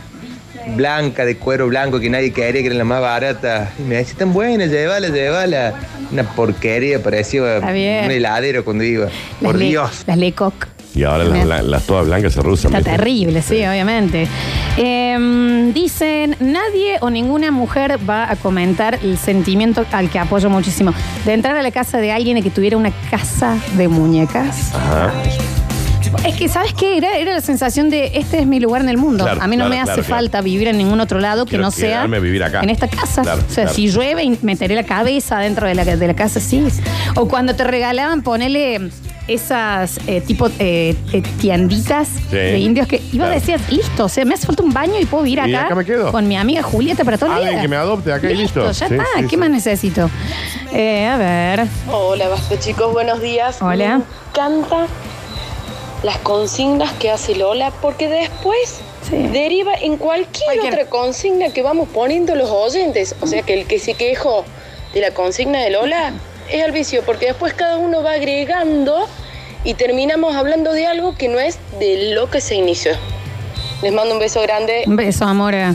Speaker 7: blancas, de cuero blanco, que nadie quería, que eran las más baratas. Y me decía, están buenas, llévala, llévala. Una porquería, parecía
Speaker 1: Está
Speaker 7: un
Speaker 1: bien.
Speaker 7: heladero cuando iba.
Speaker 1: Las
Speaker 7: Por
Speaker 1: Le-
Speaker 7: Dios.
Speaker 1: Las Lecoq.
Speaker 2: Y ahora las, blan- las todas blancas se rusan.
Speaker 1: Está
Speaker 2: ¿viste?
Speaker 1: terrible, sí, obviamente. Eh, dicen, nadie o ninguna mujer va a comentar el sentimiento al que apoyo muchísimo. De entrar a la casa de alguien y que tuviera una casa de muñecas.
Speaker 2: Ajá.
Speaker 1: Es que, ¿sabes qué? Era, era la sensación de, este es mi lugar en el mundo.
Speaker 2: Claro,
Speaker 1: a mí no
Speaker 2: claro,
Speaker 1: me hace
Speaker 2: claro, claro.
Speaker 1: falta vivir en ningún otro lado que
Speaker 2: Quiero
Speaker 1: no sea
Speaker 2: quedarme a vivir acá.
Speaker 1: en esta casa.
Speaker 2: Claro,
Speaker 1: o sea,
Speaker 2: claro.
Speaker 1: si llueve, in- meteré la cabeza dentro de la, de la casa, sí. O cuando te regalaban, ponele esas eh, tipo eh, eh, tienditas
Speaker 2: Sí.
Speaker 1: de indios que iba a
Speaker 2: Claro.
Speaker 1: decir, listo, o sea, me hace falta un baño y puedo vivir acá,
Speaker 2: Y acá me quedo.
Speaker 1: con mi amiga Julieta para todo el
Speaker 2: Alguien
Speaker 1: día.
Speaker 2: que me adopte acá y
Speaker 1: listo.
Speaker 2: listo.
Speaker 1: Ya
Speaker 2: Sí,
Speaker 1: está,
Speaker 2: sí,
Speaker 1: ¿qué
Speaker 2: sí.
Speaker 1: más necesito? Eh, a ver.
Speaker 20: Hola, basta chicos, buenos días.
Speaker 1: Hola.
Speaker 20: Me encanta las consignas que hace Lola porque después deriva en cualquier, otra consigna que vamos poniendo los oyentes. O sea que el que se quejó de la consigna de Lola es al vicio porque después cada uno va agregando y terminamos hablando de algo que no es de lo que se inició. Les mando un beso
Speaker 12: Eh,
Speaker 20: grande.
Speaker 1: Un beso, amor. eh.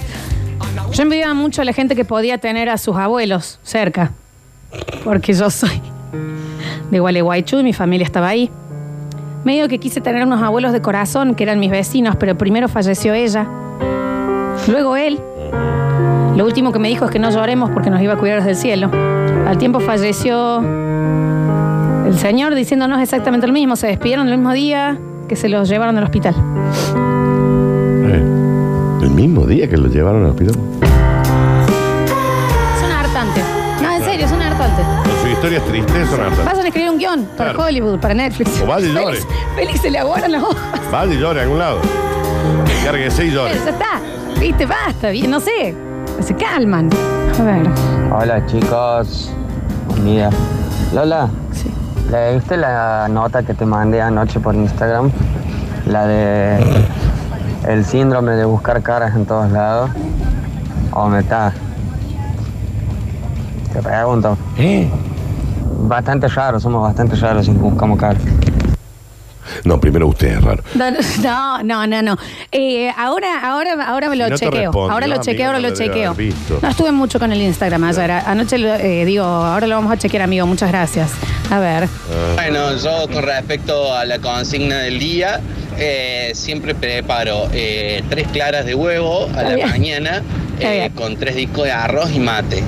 Speaker 1: Yo envidiaba mucho a la gente que podía tener a sus abuelos cerca. Porque yo soy de Gualeguaychú y mi familia estaba ahí. Medio que quise tener unos abuelos de corazón que eran mis vecinos, pero primero falleció ella. Luego él. Lo último que me dijo es que no lloremos porque nos iba a cuidar desde el cielo. Al tiempo falleció el señor diciéndonos exactamente lo mismo. Se despidieron el mismo día que se los llevaron al hospital.
Speaker 2: Eh, El mismo día que lo llevaron al hospital.
Speaker 1: Son hartantes. No, en serio, son hartantes.
Speaker 2: Con sus historias tristes son hartas.
Speaker 1: Vayan a escribir un guión para
Speaker 2: Claro.
Speaker 1: Hollywood, para Netflix.
Speaker 2: O vaya y llore.
Speaker 1: Félix, Félix se le aguaran las hojas.
Speaker 2: Vaya y llore a algún lado. Cárguese y llore.
Speaker 1: Pero ya está. Viste, basta. vi- No sé. Se calman. A ver.
Speaker 21: Hola chicos, buen día. Lola, ¿leíste la nota que te mandé anoche por Instagram? La de el síndrome de buscar caras en todos lados. ¿O me está? Te pregunto.
Speaker 22: ¿Eh?
Speaker 21: Bastante raro, somos bastante raros si buscamos caras.
Speaker 2: No, primero usted es raro.
Speaker 1: No, no, no, no. Eh, ahora, ahora, ahora me lo
Speaker 2: Si no te
Speaker 1: chequeo.
Speaker 2: respondió,
Speaker 1: ahora lo
Speaker 2: amigo,
Speaker 1: chequeo, ahora
Speaker 2: no
Speaker 1: lo
Speaker 2: lo debe
Speaker 1: chequeo.
Speaker 2: haber visto.
Speaker 1: No estuve mucho con el Instagram ayer. Anoche lo, eh, digo, ahora lo vamos a chequear, amigo. Muchas gracias. A ver.
Speaker 23: Bueno, yo con respecto a la consigna del día, eh, siempre preparo eh, tres claras de huevo a la mañana eh, con tres discos de arroz y mate.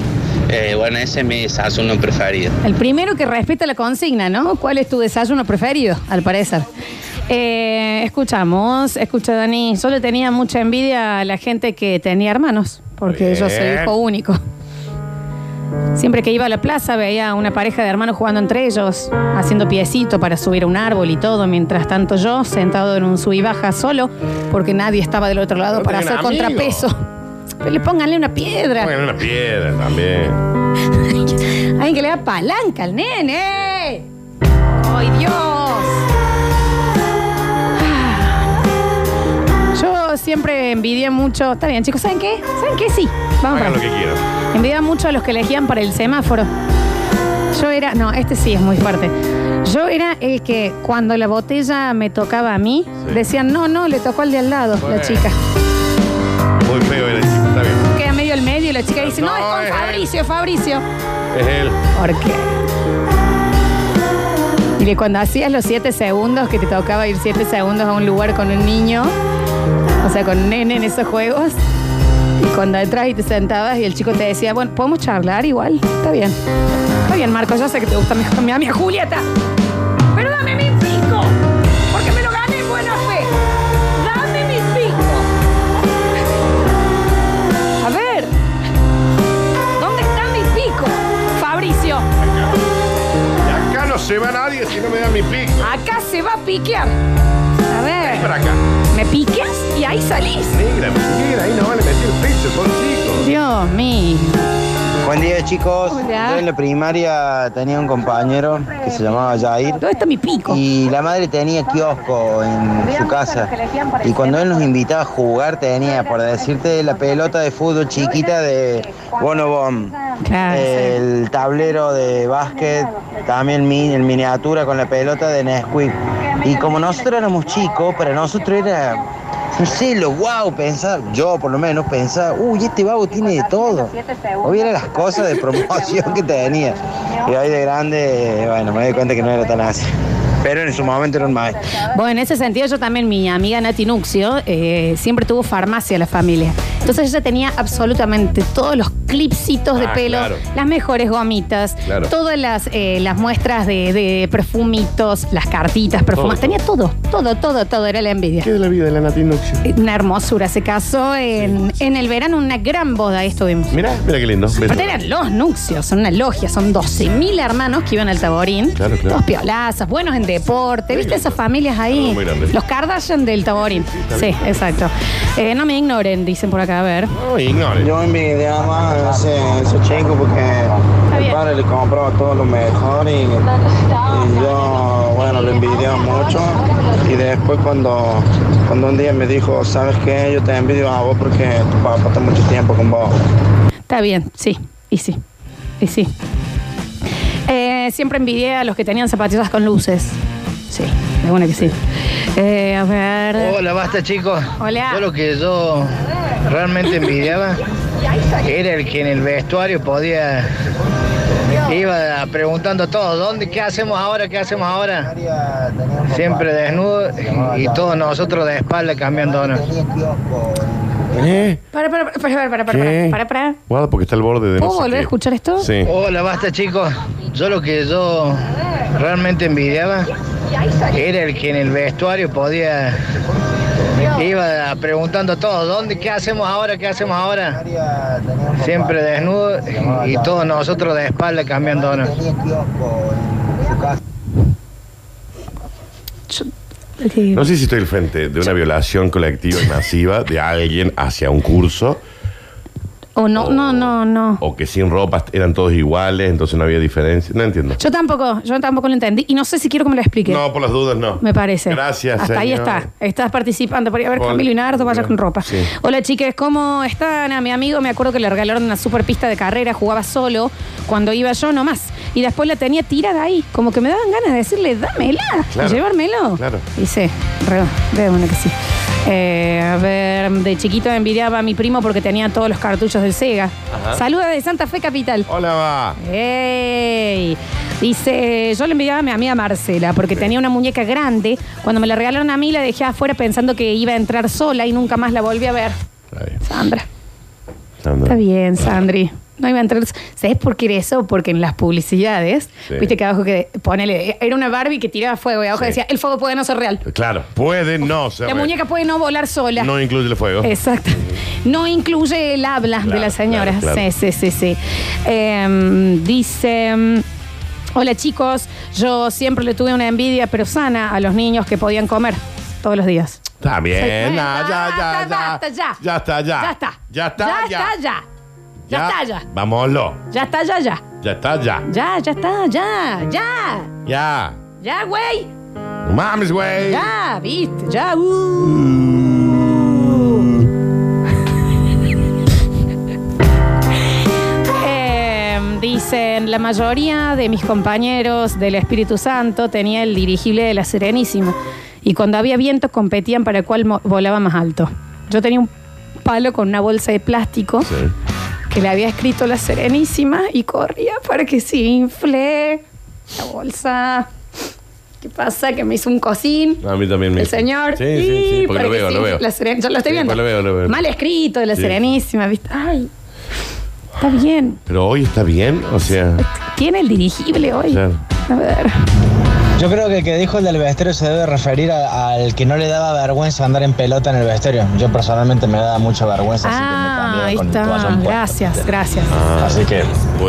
Speaker 23: Eh, bueno, ese es mi desayuno preferido.
Speaker 1: El primero que respeta la consigna, ¿no? ¿Cuál es tu desayuno preferido, al parecer? Eh, escuchamos, escucha Dani, yo le tenía mucha envidia a la gente que tenía hermanos, porque yo soy
Speaker 3: Bien.
Speaker 1: hijo único. Siempre que iba a la plaza veía a una pareja de hermanos jugando entre ellos, haciendo piecito para subir a un árbol y todo, mientras tanto yo sentado en un sub y baja solo, porque nadie estaba del otro lado
Speaker 2: No
Speaker 1: para hacer
Speaker 2: tengan amigos.
Speaker 1: contrapeso. Pero le pónganle una piedra.
Speaker 2: Pongan una piedra también.
Speaker 1: Alguien que le da palanca al nene. ¡Ay, Dios! Ah. Yo siempre envidié mucho. Está bien, chicos, ¿saben qué? ¿Saben qué? Sí. Vamos para
Speaker 2: Hagan lo que quieran.
Speaker 1: Envidiaba mucho a los que elegían para el semáforo. Yo era. No, este sí es muy fuerte. Yo era el que cuando la botella me tocaba a mí, decían, no, no, le tocó al de al lado, la
Speaker 2: Bueno.
Speaker 1: chica.
Speaker 2: Muy feo era el chico, está bien.
Speaker 1: Queda medio al medio y la chica dice, no,
Speaker 3: No,
Speaker 1: es con
Speaker 3: es él.
Speaker 1: Fabricio, Fabricio.
Speaker 2: Es él.
Speaker 1: ¿Por qué? Y que cuando hacías los 7 segundos, que te tocaba ir 7 segundos a un lugar con un niño, o sea, con un nene en esos juegos, y cuando detrás y te sentabas y el chico te decía, bueno, podemos charlar igual, está bien. Está bien, Marco, yo sé que te gusta mi, mi amiga Julieta. Pero dame mi pico, porque me lo gané en buena fe. Dame mi pico. A ver, ¿dónde está mi pico? Fabricio.
Speaker 2: Acá no se va nadie si no me dan mi pico.
Speaker 1: Acá se va a piquear. A ver.
Speaker 2: para acá.
Speaker 1: Me piqueas y ahí salís.
Speaker 2: Negra, negra, ahí no vale meter pecho, son chicos.
Speaker 1: Dios mío.
Speaker 9: Buen día chicos. Yo en la primaria tenía un compañero que se llamaba Jair.
Speaker 1: ¿Dónde está mi pico?
Speaker 9: Y la madre tenía kiosco en su casa. Y cuando él nos invitaba a jugar tenía, por decirte, la pelota de fútbol chiquita de Bonobom.
Speaker 1: Ah,
Speaker 9: El tablero de básquet, también mi- en miniatura con la pelota de Nesquik. Y como nosotros éramos chicos, para nosotros era, no sé, lo guau, pensar, yo por lo menos pensaba, uy, este vago tiene de todo. O viera las cosas de promoción que tenía. Y hoy de grande, bueno, me doy cuenta que no era tan así. Pero en su momento era un maestro.
Speaker 1: Bueno, en ese sentido yo también, mi amiga Nati Nuxio, eh, siempre tuvo farmacia la familia. Entonces ella tenía absolutamente todos los clipsitos de
Speaker 15: Ah,
Speaker 1: pelo,
Speaker 15: claro.
Speaker 1: las mejores gomitas,
Speaker 15: Claro.
Speaker 1: todas las, eh, las muestras de, de perfumitos, las cartitas perfumadas. Tenía todo, todo, todo, todo. Era la envidia.
Speaker 2: ¿Qué es la vida de la Nati Nuxio?
Speaker 1: Una hermosura. Se casó en, en el verano, una gran boda. Esto vimos.
Speaker 2: Mirá, mirá qué lindo. Beso.
Speaker 1: Aparte eran los nuncios, son una logia, son 12.000 hermanos que iban al Taborín.
Speaker 2: Claro, claro.
Speaker 1: Todos piolazas, buenos en deporte. ¿Viste esas familias ahí?
Speaker 2: Muy grande.
Speaker 1: Los Kardashian del Taborín.
Speaker 2: está
Speaker 1: Sí,
Speaker 2: bien.
Speaker 1: exacto. Eh, no me ignoren, dicen por acá, a ver.
Speaker 9: Yo envidiaba más a ese, a ese chico porque mi padre le compraba todo lo mejor y, y yo, bueno, lo envidiaba mucho. Y después cuando, cuando un día me dijo, ¿sabes qué? Yo te envidio a vos porque tu papá está mucho tiempo con vos.
Speaker 1: Está bien, sí, y sí, y sí. Eh, siempre envidié a los que tenían zapatillas con luces. Sí, de una que sí. Eh, a ver.
Speaker 22: Hola, basta chicos.
Speaker 1: Hola.
Speaker 22: Yo lo que yo realmente envidiaba era el que en el vestuario podía iba preguntando todo, ¿dónde qué hacemos ahora? ¿Qué hacemos ahora? Siempre desnudo y todos nosotros de espalda cambiándonos.
Speaker 2: ¿Eh?
Speaker 1: Para, para, para, para, para, para,
Speaker 2: ¿Qué?
Speaker 1: para, para.
Speaker 2: Guarda porque está al borde de. no
Speaker 1: ¿Puedo
Speaker 2: sé
Speaker 1: volver a
Speaker 2: qué.
Speaker 1: escuchar esto?
Speaker 2: Sí.
Speaker 22: Hola, basta chicos. Yo lo que yo realmente envidiaba era el que en el vestuario podía iba preguntando todo, ¿dónde qué hacemos ahora? ¿Qué hacemos ahora? Siempre desnudo y todos nosotros de espalda cambiándonos.
Speaker 2: No sé si estoy al frente de una violación colectiva y masiva de alguien hacia un curso
Speaker 1: O Oh, no, no, no, no.
Speaker 2: o que sin ropa eran todos iguales, entonces no había diferencia. No entiendo.
Speaker 1: Yo tampoco, yo tampoco lo entendí y no sé si quiero que me lo explique.
Speaker 2: No, por las dudas no.
Speaker 1: Me parece.
Speaker 2: Gracias,
Speaker 1: Hasta ahí
Speaker 2: señor.
Speaker 1: está. Estás participando. Por ahí, a ver,
Speaker 2: Hola.
Speaker 1: Camilo y Nardo, vaya con ropa.
Speaker 2: Sí.
Speaker 1: Hola, chicas, ¿cómo están? A mi amigo me acuerdo que le regalaron una super pista de carrera, jugaba solo cuando iba yo nomás. Y después la tenía tirada ahí. Como que me daban ganas de decirle, dámela,
Speaker 15: Claro.
Speaker 1: llevármelo.
Speaker 15: Claro.
Speaker 1: Dice, de una que sí. Eh, a ver, de chiquito envidiaba a mi primo porque tenía todos los cartuchos del Sega.
Speaker 15: Ajá.
Speaker 1: Saluda de Santa Fe Capital.
Speaker 2: Hola, va.
Speaker 1: ¡Ey! Dice, yo le envidiaba a mi amiga Marcela porque tenía una muñeca grande. Cuando me la regalaron a mí la dejé afuera pensando que iba a entrar sola y nunca más la volví a ver. Sandra.
Speaker 2: Sandra.
Speaker 1: Está bien, Sandri. No iba a entrar. ¿Sabes por qué era eso? Porque en las publicidades,
Speaker 2: Sí.
Speaker 1: viste que abajo que ponele, era una Barbie que tiraba fuego y abajo decía, el fuego puede no ser real.
Speaker 2: Claro, puede no ser.
Speaker 1: La muñeca puede no volar sola.
Speaker 2: no incluye el fuego.
Speaker 1: Exacto. No incluye el habla de la señora.
Speaker 2: claro, claro.
Speaker 1: Sí, sí, sí, sí. Eh, dice. mm, Hola chicos, yo siempre le tuve una envidia pero sana a los niños que podían comer todos los días.
Speaker 2: Está
Speaker 1: Sí,
Speaker 2: bien.
Speaker 1: bueno,
Speaker 2: ah, ya, ya,
Speaker 1: basta,
Speaker 2: ya.
Speaker 1: basta, ya.
Speaker 2: Ya está, ya.
Speaker 1: Ya está.
Speaker 2: Ya está, ya.
Speaker 1: Ya está, ya. Ya está, ya.
Speaker 2: Vámonos.
Speaker 1: Ya está, ya, ya.
Speaker 2: Ya está, ya.
Speaker 1: Ya, ya está, ya, ya.
Speaker 2: Ya.
Speaker 1: Ya, güey.
Speaker 2: No Mames, güey.
Speaker 1: Ya, viste, ya. uh. Eh, dicen, la mayoría de mis compañeros del Espíritu Santo tenía el dirigible de la Serenísima. Y cuando había viento competían para cuál mo- volaba más alto. Yo tenía un palo con una bolsa de plástico que le había escrito la Serenísima y corría para que se infle la bolsa. ¿Qué pasa? Que me hizo un cosín.
Speaker 2: A mí también me.
Speaker 1: El señor.
Speaker 2: Sí, sí, sí,
Speaker 1: Y
Speaker 2: porque
Speaker 1: para
Speaker 2: lo
Speaker 1: que
Speaker 2: veo,
Speaker 1: sí,
Speaker 2: lo veo.
Speaker 1: la seren- yo lo estoy
Speaker 2: Sí,
Speaker 1: viendo.
Speaker 2: pues lo veo, lo veo.
Speaker 1: Mal escrito de la
Speaker 2: Sí.
Speaker 1: Serenísima, ¿viste? Ay, está bien.
Speaker 2: Pero hoy está bien, o sea.
Speaker 1: Tiene el dirigible hoy.
Speaker 2: Claro.
Speaker 1: A ver.
Speaker 4: Yo creo que el que dijo el del vestuario se debe referir a- al que no le daba vergüenza andar en pelota en el vestuario. Yo personalmente me daba mucha vergüenza,
Speaker 1: Ah, ahí
Speaker 4: con el
Speaker 1: está.
Speaker 4: toallón puesto.
Speaker 1: Gracias, gracias.
Speaker 2: Ah,
Speaker 4: así que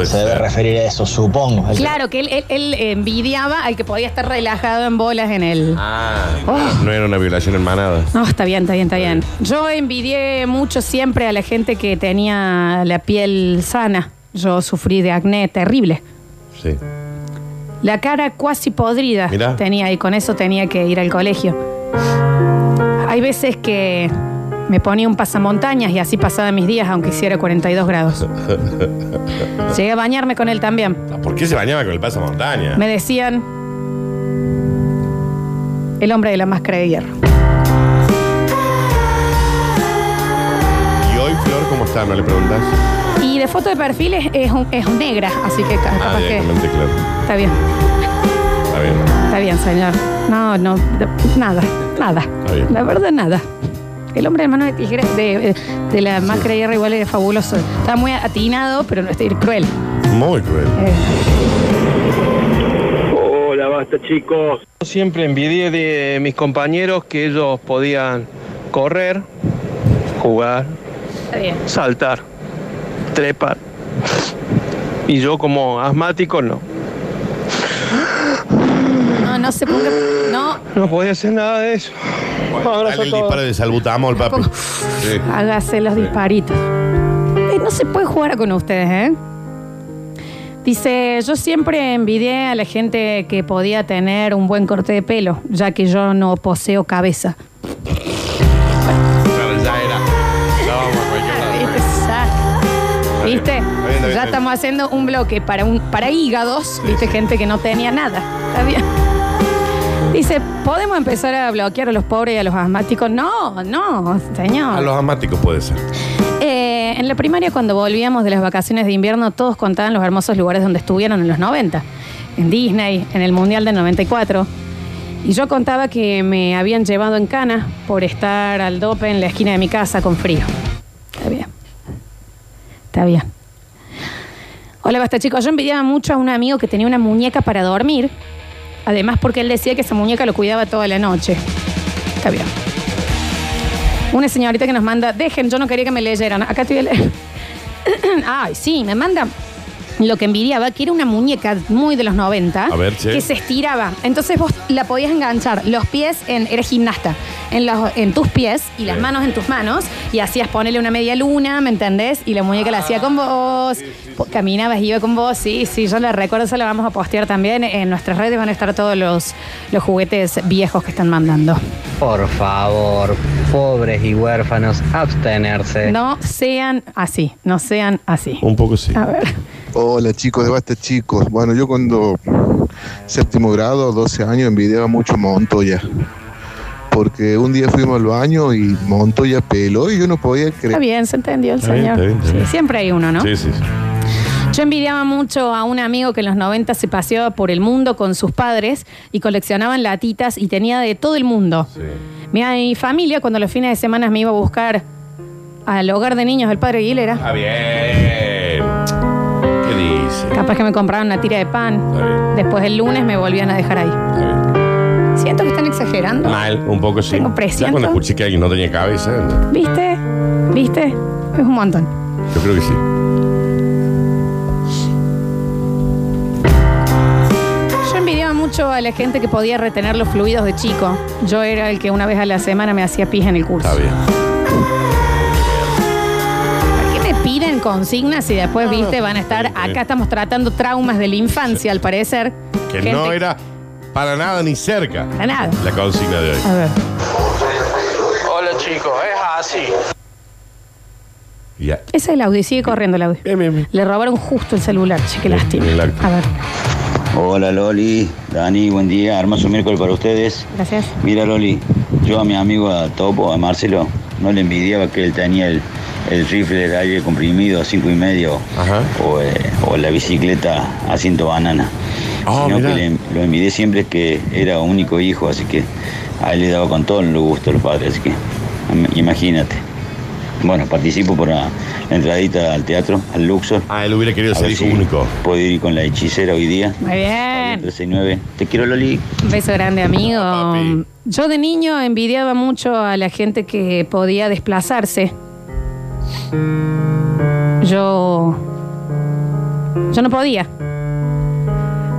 Speaker 4: se debe referir a eso, supongo. El que-
Speaker 1: Claro que él, él- él envidiaba al que podía estar relajado en bolas en él.
Speaker 2: Ah.
Speaker 1: Oh.
Speaker 2: No era una violación en manada.
Speaker 1: No, está bien, está bien, está bien. Yo envidié mucho siempre a la gente que tenía la piel sana. yo sufrí de acné terrible.
Speaker 2: Sí.
Speaker 1: La cara cuasi podrida
Speaker 2: Mirá.
Speaker 1: tenía y con eso tenía que ir al colegio. Hay veces que me ponía un pasamontañas y así pasaba mis días, aunque hiciera 42 grados. Llegué a bañarme con él también.
Speaker 2: ¿Por qué se bañaba con el pasamontaña?
Speaker 1: Me decían el hombre de la máscara de hierro.
Speaker 2: ¿Y hoy, Flor, cómo está? ¿No le preguntas?
Speaker 1: Y de foto de perfil es, es un- es negra, así que ca-
Speaker 2: Ah,
Speaker 1: capaz que
Speaker 2: directamente, claro.
Speaker 1: está bien.
Speaker 2: Está bien.
Speaker 1: Está bien, señor. No, no, de- nada, nada.
Speaker 2: bien.
Speaker 1: La verdad, nada. El hombre de mano de tijera, de, de la máscara de hierro igual es fabuloso. Está muy atinado, pero no estoy cruel.
Speaker 2: Muy cruel.
Speaker 1: Eh.
Speaker 6: Hola, basta chicos. Siempre envidié de mis compañeros que ellos podían correr, jugar,
Speaker 1: Está bien.
Speaker 6: saltar, trepar. Y yo como asmático no.
Speaker 1: No, no se ponga. No
Speaker 6: No podía hacer nada de eso.
Speaker 2: Dale el disparo de salbutamol, papi. Sí.
Speaker 1: hágase los disparitos. Eh, no se puede jugar con ustedes, ¿eh? Dice, yo siempre envidié a la gente que podía tener un buen corte de pelo, ya que yo no poseo cabeza.
Speaker 2: Claro, ya era. Ya vamos a cualquier
Speaker 1: Este
Speaker 2: lado. ¿eh?
Speaker 1: ¿Viste?
Speaker 2: Está bien, está bien, está bien.
Speaker 1: Ya estamos haciendo un bloque para un para hígados, ¿viste? Gente que no tenía nada. Está bien. Dice, ¿podemos empezar a bloquear a los pobres y a los asmáticos? No, no, señor.
Speaker 2: A los amáticos puede ser.
Speaker 1: Eh, en la primaria, cuando volvíamos de las vacaciones de invierno, todos contaban los hermosos lugares donde estuvieron en los 90. En Disney, en el Mundial del 94. Y yo contaba que me habían llevado en cana por estar al dope en la esquina de mi casa con frío. Está bien. Está bien. Hola, basta chicos. Yo envidiaba mucho a un amigo que tenía una muñeca para dormir. Además, porque él decía que esa muñeca lo cuidaba toda la noche. Está bien. Una señorita que nos manda, dejen, yo no quería que me leyeran. Acá estoy a leer. Ay, sí, me manda lo que envidiaba, que era una muñeca muy de los 90,
Speaker 2: A ver, che.
Speaker 1: que se estiraba. Entonces vos la podías enganchar los pies, en, eres gimnasta, en, los, en tus pies y las manos en tus manos, y hacías ponerle una media luna, ¿me entendés? Y la muñeca la
Speaker 2: Ah,
Speaker 1: hacía con vos, po- caminabas y iba con vos, sí, sí, yo la recuerdo, se la vamos a postear también. En nuestras redes van a estar todos los, los juguetes viejos que están mandando.
Speaker 10: Por favor, pobres y huérfanos,
Speaker 12: Eh.
Speaker 10: abstenerse.
Speaker 1: No sean así, no sean así.
Speaker 2: Un poco sí.
Speaker 1: A ver.
Speaker 12: Hola chicos de Basta Chicos. Bueno, yo cuando séptimo grado, 12 años, envidiaba mucho Montoya. Porque un día fuimos al baño y Montoya peló y yo no podía
Speaker 1: Está
Speaker 12: creer.
Speaker 1: bien, se entendió el
Speaker 12: Está bien,
Speaker 1: señor.
Speaker 12: está bien, está bien.
Speaker 1: Sí, siempre hay uno, ¿no?
Speaker 12: Sí,
Speaker 2: sí,
Speaker 1: Yo envidiaba mucho a un amigo que en los 90 se paseaba por el mundo con sus padres y coleccionaban latitas y tenía de todo el mundo. Mi familia, cuando los fines de semana me iba a buscar al hogar de niños del padre Aguilera,
Speaker 2: Está bien. ¿Qué dice?
Speaker 1: capaz que me compraban una tira de pan.
Speaker 2: Está bien.
Speaker 1: Después el lunes me volvían a dejar ahí. Siento que están exagerando.
Speaker 2: Mal, un poco sí.
Speaker 1: Tengo
Speaker 2: Ya
Speaker 1: presiento.
Speaker 2: cuando escuché que alguien no tenía cabeza,
Speaker 1: ¿Viste? ¿Viste? Es un montón.
Speaker 2: yo creo que sí.
Speaker 1: Yo envidiaba mucho a la gente que podía retener los fluidos de chico. Yo era el que una vez a la semana me hacía pija en el curso.
Speaker 2: Está bien.
Speaker 1: ¿Por qué me piden consignas y después, viste, van a estar... Acá estamos tratando traumas de la infancia, al parecer.
Speaker 2: Que
Speaker 1: Gente-
Speaker 2: no era para nada ni cerca.
Speaker 1: Para nada.
Speaker 2: La consigna de hoy.
Speaker 1: A ver.
Speaker 6: Hola chicos, es así.
Speaker 2: Ya.
Speaker 1: Ese es el audio, sigue corriendo el audio. Le robaron justo el celular, che, qué lástima. A ver,
Speaker 24: Hola Loli, Dani, buen día, hermoso miércoles para ustedes.
Speaker 1: gracias.
Speaker 24: Mira Loli, yo a mi amigo a Topo, a Marcelo, no le envidiaba que él tenía el, el rifle del aire comprimido a cinco y medio o, eh, o la bicicleta a ciento banana.
Speaker 2: Ah,
Speaker 24: Sino que le- lo envidié siempre que era único hijo, así que a él le daba con todo el gusto a los padres, así que im- imagínate. Bueno, participo por la, la entradita al teatro, al Luxor.
Speaker 2: Ah, él hubiera querido
Speaker 24: ser
Speaker 2: hijo único.
Speaker 24: Puedo ir con la hechicera hoy día.
Speaker 1: Muy bien.
Speaker 24: 139. Te quiero, Loli.
Speaker 1: Un beso grande, amigo. Yo de niño envidiaba mucho a la gente que podía desplazarse. Yo. Yo no podía.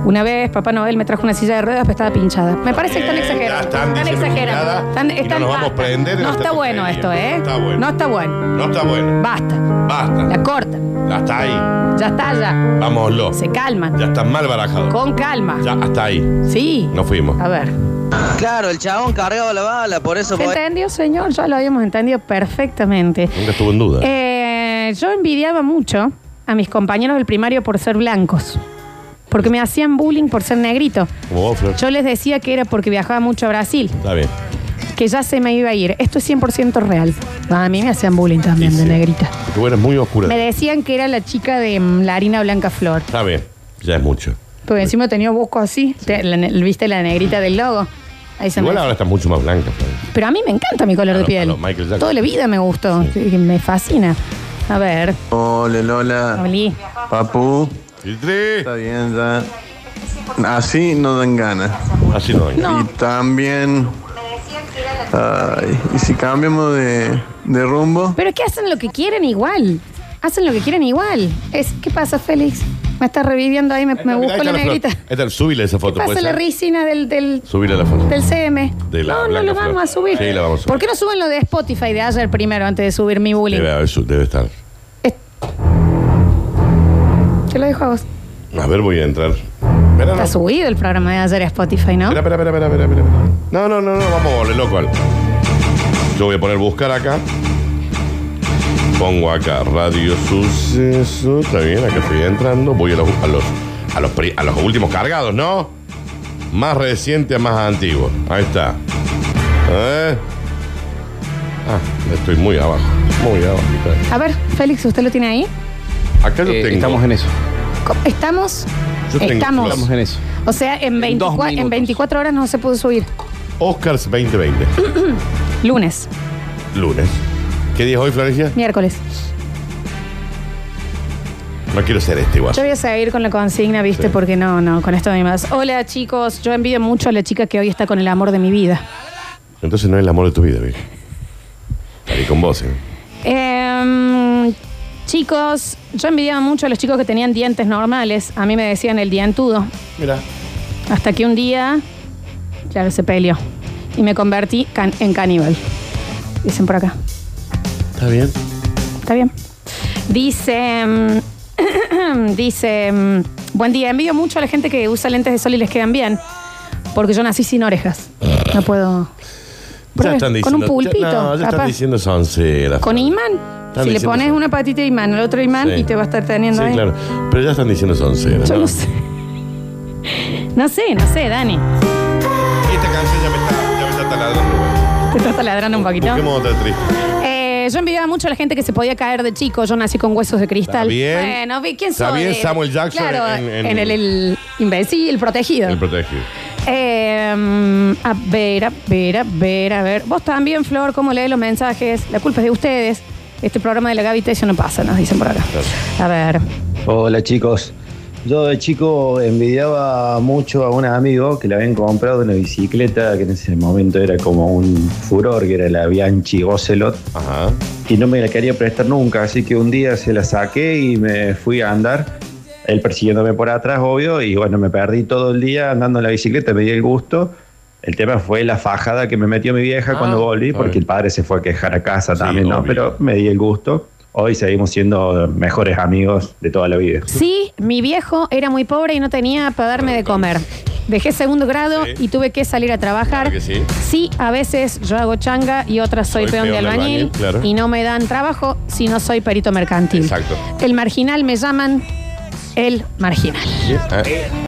Speaker 1: Una vez Papá Noel me trajo una silla de ruedas, pero estaba pinchada. Me parece que están
Speaker 2: Bien,
Speaker 1: exagerando.
Speaker 2: ya están
Speaker 1: están
Speaker 2: diciendo
Speaker 1: exagerando.
Speaker 2: nada
Speaker 1: Están-
Speaker 2: y no
Speaker 1: están-
Speaker 2: nos vamos a
Speaker 1: basta.
Speaker 2: prender en
Speaker 1: No
Speaker 2: esta
Speaker 1: está bueno esto,
Speaker 2: porquería.
Speaker 1: ¿eh?
Speaker 2: No está bueno.
Speaker 1: No está bueno.
Speaker 2: No está bueno.
Speaker 1: Basta.
Speaker 2: Basta.
Speaker 1: La corta.
Speaker 2: Ya está ahí.
Speaker 1: Ya está, ya.
Speaker 2: Vámonoslo.
Speaker 1: Se calman.
Speaker 2: Ya está mal barajado.
Speaker 1: Con calma.
Speaker 2: Ya hasta ahí.
Speaker 1: Sí.
Speaker 2: Nos fuimos.
Speaker 1: A ver.
Speaker 19: Claro, el chabón cargaba la bala, por eso
Speaker 1: ¿Se
Speaker 19: podía-
Speaker 1: entendió, señor? Ya lo habíamos entendido perfectamente.
Speaker 2: Nunca estuvo en duda.
Speaker 1: Eh, yo envidiaba mucho a mis compañeros del primario por ser blancos. Porque me hacían bullying por ser negrito.
Speaker 2: Como vos, Flor.
Speaker 1: Yo les decía que era porque viajaba mucho a Brasil,
Speaker 2: Está bien.
Speaker 1: que ya se me iba a ir. Esto es 100% real. A mí me hacían bullying también de negrita.
Speaker 2: Tú eres muy oscura.
Speaker 1: Me decían que era la chica de mm, la harina blanca flor.
Speaker 2: Está bien. Ya es mucho.
Speaker 1: Porque encima tenía busco así. Te- la ne- ¿Viste la negrita del logo? Ahí se me-
Speaker 2: Igual ahora está mucho más blanca. Flor.
Speaker 1: Pero a mí me encanta mi color
Speaker 2: A
Speaker 1: de
Speaker 2: lo- a
Speaker 1: piel.
Speaker 2: lo Michael Jackson.
Speaker 1: Toda la vida me gustó. que- Me fascina. A ver.
Speaker 11: Hola, Lola.
Speaker 1: Oli.
Speaker 11: Papu. Está bien, ya. Así no dan ganas.
Speaker 2: Así no dan
Speaker 11: ganas. Y también. Ay, y si cambiamos de, de rumbo.
Speaker 1: Pero es que hacen lo que quieren igual. Hacen lo que quieren igual. Es, ¿Qué pasa, Félix? Me estás reviviendo ahí, me, me
Speaker 2: Mirá,
Speaker 1: busco
Speaker 2: ahí
Speaker 1: la
Speaker 2: está Flor.
Speaker 1: negrita.
Speaker 2: Ahí está, subile esa foto.
Speaker 1: Pasa
Speaker 2: ¿puede
Speaker 1: la
Speaker 2: ser?
Speaker 1: risina del, del,
Speaker 2: Subile la foto.
Speaker 1: del CM.
Speaker 2: De la
Speaker 1: no, no
Speaker 2: Blanca
Speaker 1: lo
Speaker 2: Flor.
Speaker 1: vamos a subir.
Speaker 2: Sí, la vamos a subir.
Speaker 1: ¿Por qué no suben lo de Spotify de ayer primero antes de subir mi bullying?
Speaker 2: Debe, haber su- debe estar.
Speaker 1: Te lo dejo a vos.
Speaker 2: A ver, voy a entrar.
Speaker 1: Está subido el programa de ayer a Spotify, ¿no?
Speaker 2: Espera, espera, espera, espera, espera. No, no, no, no, vamos a volver loco. al- Yo voy a poner buscar acá. Pongo acá Radio Suceso. Está bien, acá estoy entrando. Voy a los, a los, a los, pri- a los últimos cargados, ¿no? Más reciente a más antiguo. Ahí está. ¿Eh? Ah, estoy muy abajo. Muy abajo.
Speaker 1: A ver, Félix, ¿usted lo tiene ahí?
Speaker 2: Acá yo tengo.
Speaker 13: Eh, estamos en eso.
Speaker 1: ¿Cómo- ¿Estamos?
Speaker 13: Yo tengo-
Speaker 1: estamos.
Speaker 13: Estamos en eso.
Speaker 1: O sea, en, 24, en 24 horas no se pudo subir.
Speaker 2: Oscars 2020.
Speaker 1: Lunes,
Speaker 2: Lunes. ¿Qué día es hoy, Florencia?
Speaker 1: miércoles.
Speaker 2: No quiero ser este igual.
Speaker 1: Yo voy a seguir con la consigna, ¿viste? Porque no, no, con esto no hay más. Hola, chicos. Yo envidio mucho a la chica que hoy está con el amor de mi vida.
Speaker 2: Entonces no es el amor de tu vida, viejo. Estaré con vos, ¿eh?
Speaker 1: Em, chicos, yo envidiaba mucho a los chicos que tenían dientes normales. A mí me decían el dientudo.
Speaker 2: Mira.
Speaker 1: Hasta que un día, claro, se peleó. Y me convertí can- en caníbal. Dicen por acá.
Speaker 2: Está bien.
Speaker 1: Está bien. Dice. mm, dice. mm, Buen día. Envidio mucho a la gente que usa lentes de sol y les quedan bien. Porque yo nací sin orejas. No puedo. Pero
Speaker 2: Ya están
Speaker 1: con
Speaker 2: diciendo,
Speaker 1: un pulpito,
Speaker 2: Ya, no, ya
Speaker 1: capaz.
Speaker 2: están diciendo sonceras.
Speaker 1: Con imán.
Speaker 2: Están
Speaker 1: Si le
Speaker 2: diciendo
Speaker 1: pones una patita de imán, el otro imán
Speaker 2: Sí.
Speaker 1: y te va a estar
Speaker 2: Sí,
Speaker 1: teniendo ahí.
Speaker 2: claro. Pero ya están diciendo sonceras.
Speaker 1: Yo
Speaker 2: ¿no?
Speaker 1: no sé. No sé, no sé, Dani.
Speaker 2: Y esta canción ya me está, ya me está taladrando.
Speaker 1: Te estás taladrando un poquito.
Speaker 2: Busquemos otra triste.
Speaker 1: Eh, yo envidiaba mucho a la gente que se podía caer de chico. Yo nací con huesos de
Speaker 2: Está
Speaker 1: cristal.
Speaker 2: bien.
Speaker 1: Bueno, vi quién
Speaker 2: Está
Speaker 1: soy.
Speaker 2: bien Samuel Jackson
Speaker 1: Claro,
Speaker 2: en,
Speaker 1: en, el, el imbécil, el protegido.
Speaker 2: el protegido.
Speaker 1: Eh, a ver, a ver, a ver, a ver. Vos también, Flor, cómo lees los mensajes. La culpa es de ustedes. Este programa de la Gavitation no pasa, nos dicen por acá. A ver.
Speaker 13: Hola chicos. Yo de chico envidiaba mucho a un amigo que le habían comprado una bicicleta que en ese momento era como un furor, que era la Bianchi Ocelot. Y no me la quería prestar nunca, así que un día se la saqué y me fui a andar. Él persiguiéndome por atrás, obvio, y bueno, me perdí todo el día andando en la bicicleta, me di el gusto. El tema fue la fajada que me metió mi vieja cuando volví,
Speaker 2: está
Speaker 13: porque
Speaker 2: bien.
Speaker 13: el padre se fue a quejar a casa también, ¿no?
Speaker 2: obvio.
Speaker 13: Pero me di el gusto. Hoy seguimos siendo mejores amigos de toda la vida.
Speaker 1: Sí, mi viejo era muy pobre y no tenía para darme de comer. Dejé segundo grado y tuve que salir a trabajar.
Speaker 2: Claro que sí.
Speaker 1: Sí, a veces yo hago changa y otras soy,
Speaker 2: Soy
Speaker 1: peón de
Speaker 2: peón de
Speaker 1: albañil,
Speaker 2: albañil, claro.
Speaker 1: y no me dan trabajo si no soy perito mercantil.
Speaker 2: Exacto.
Speaker 1: El marginal me llaman el marginal.
Speaker 2: Bien. Ah.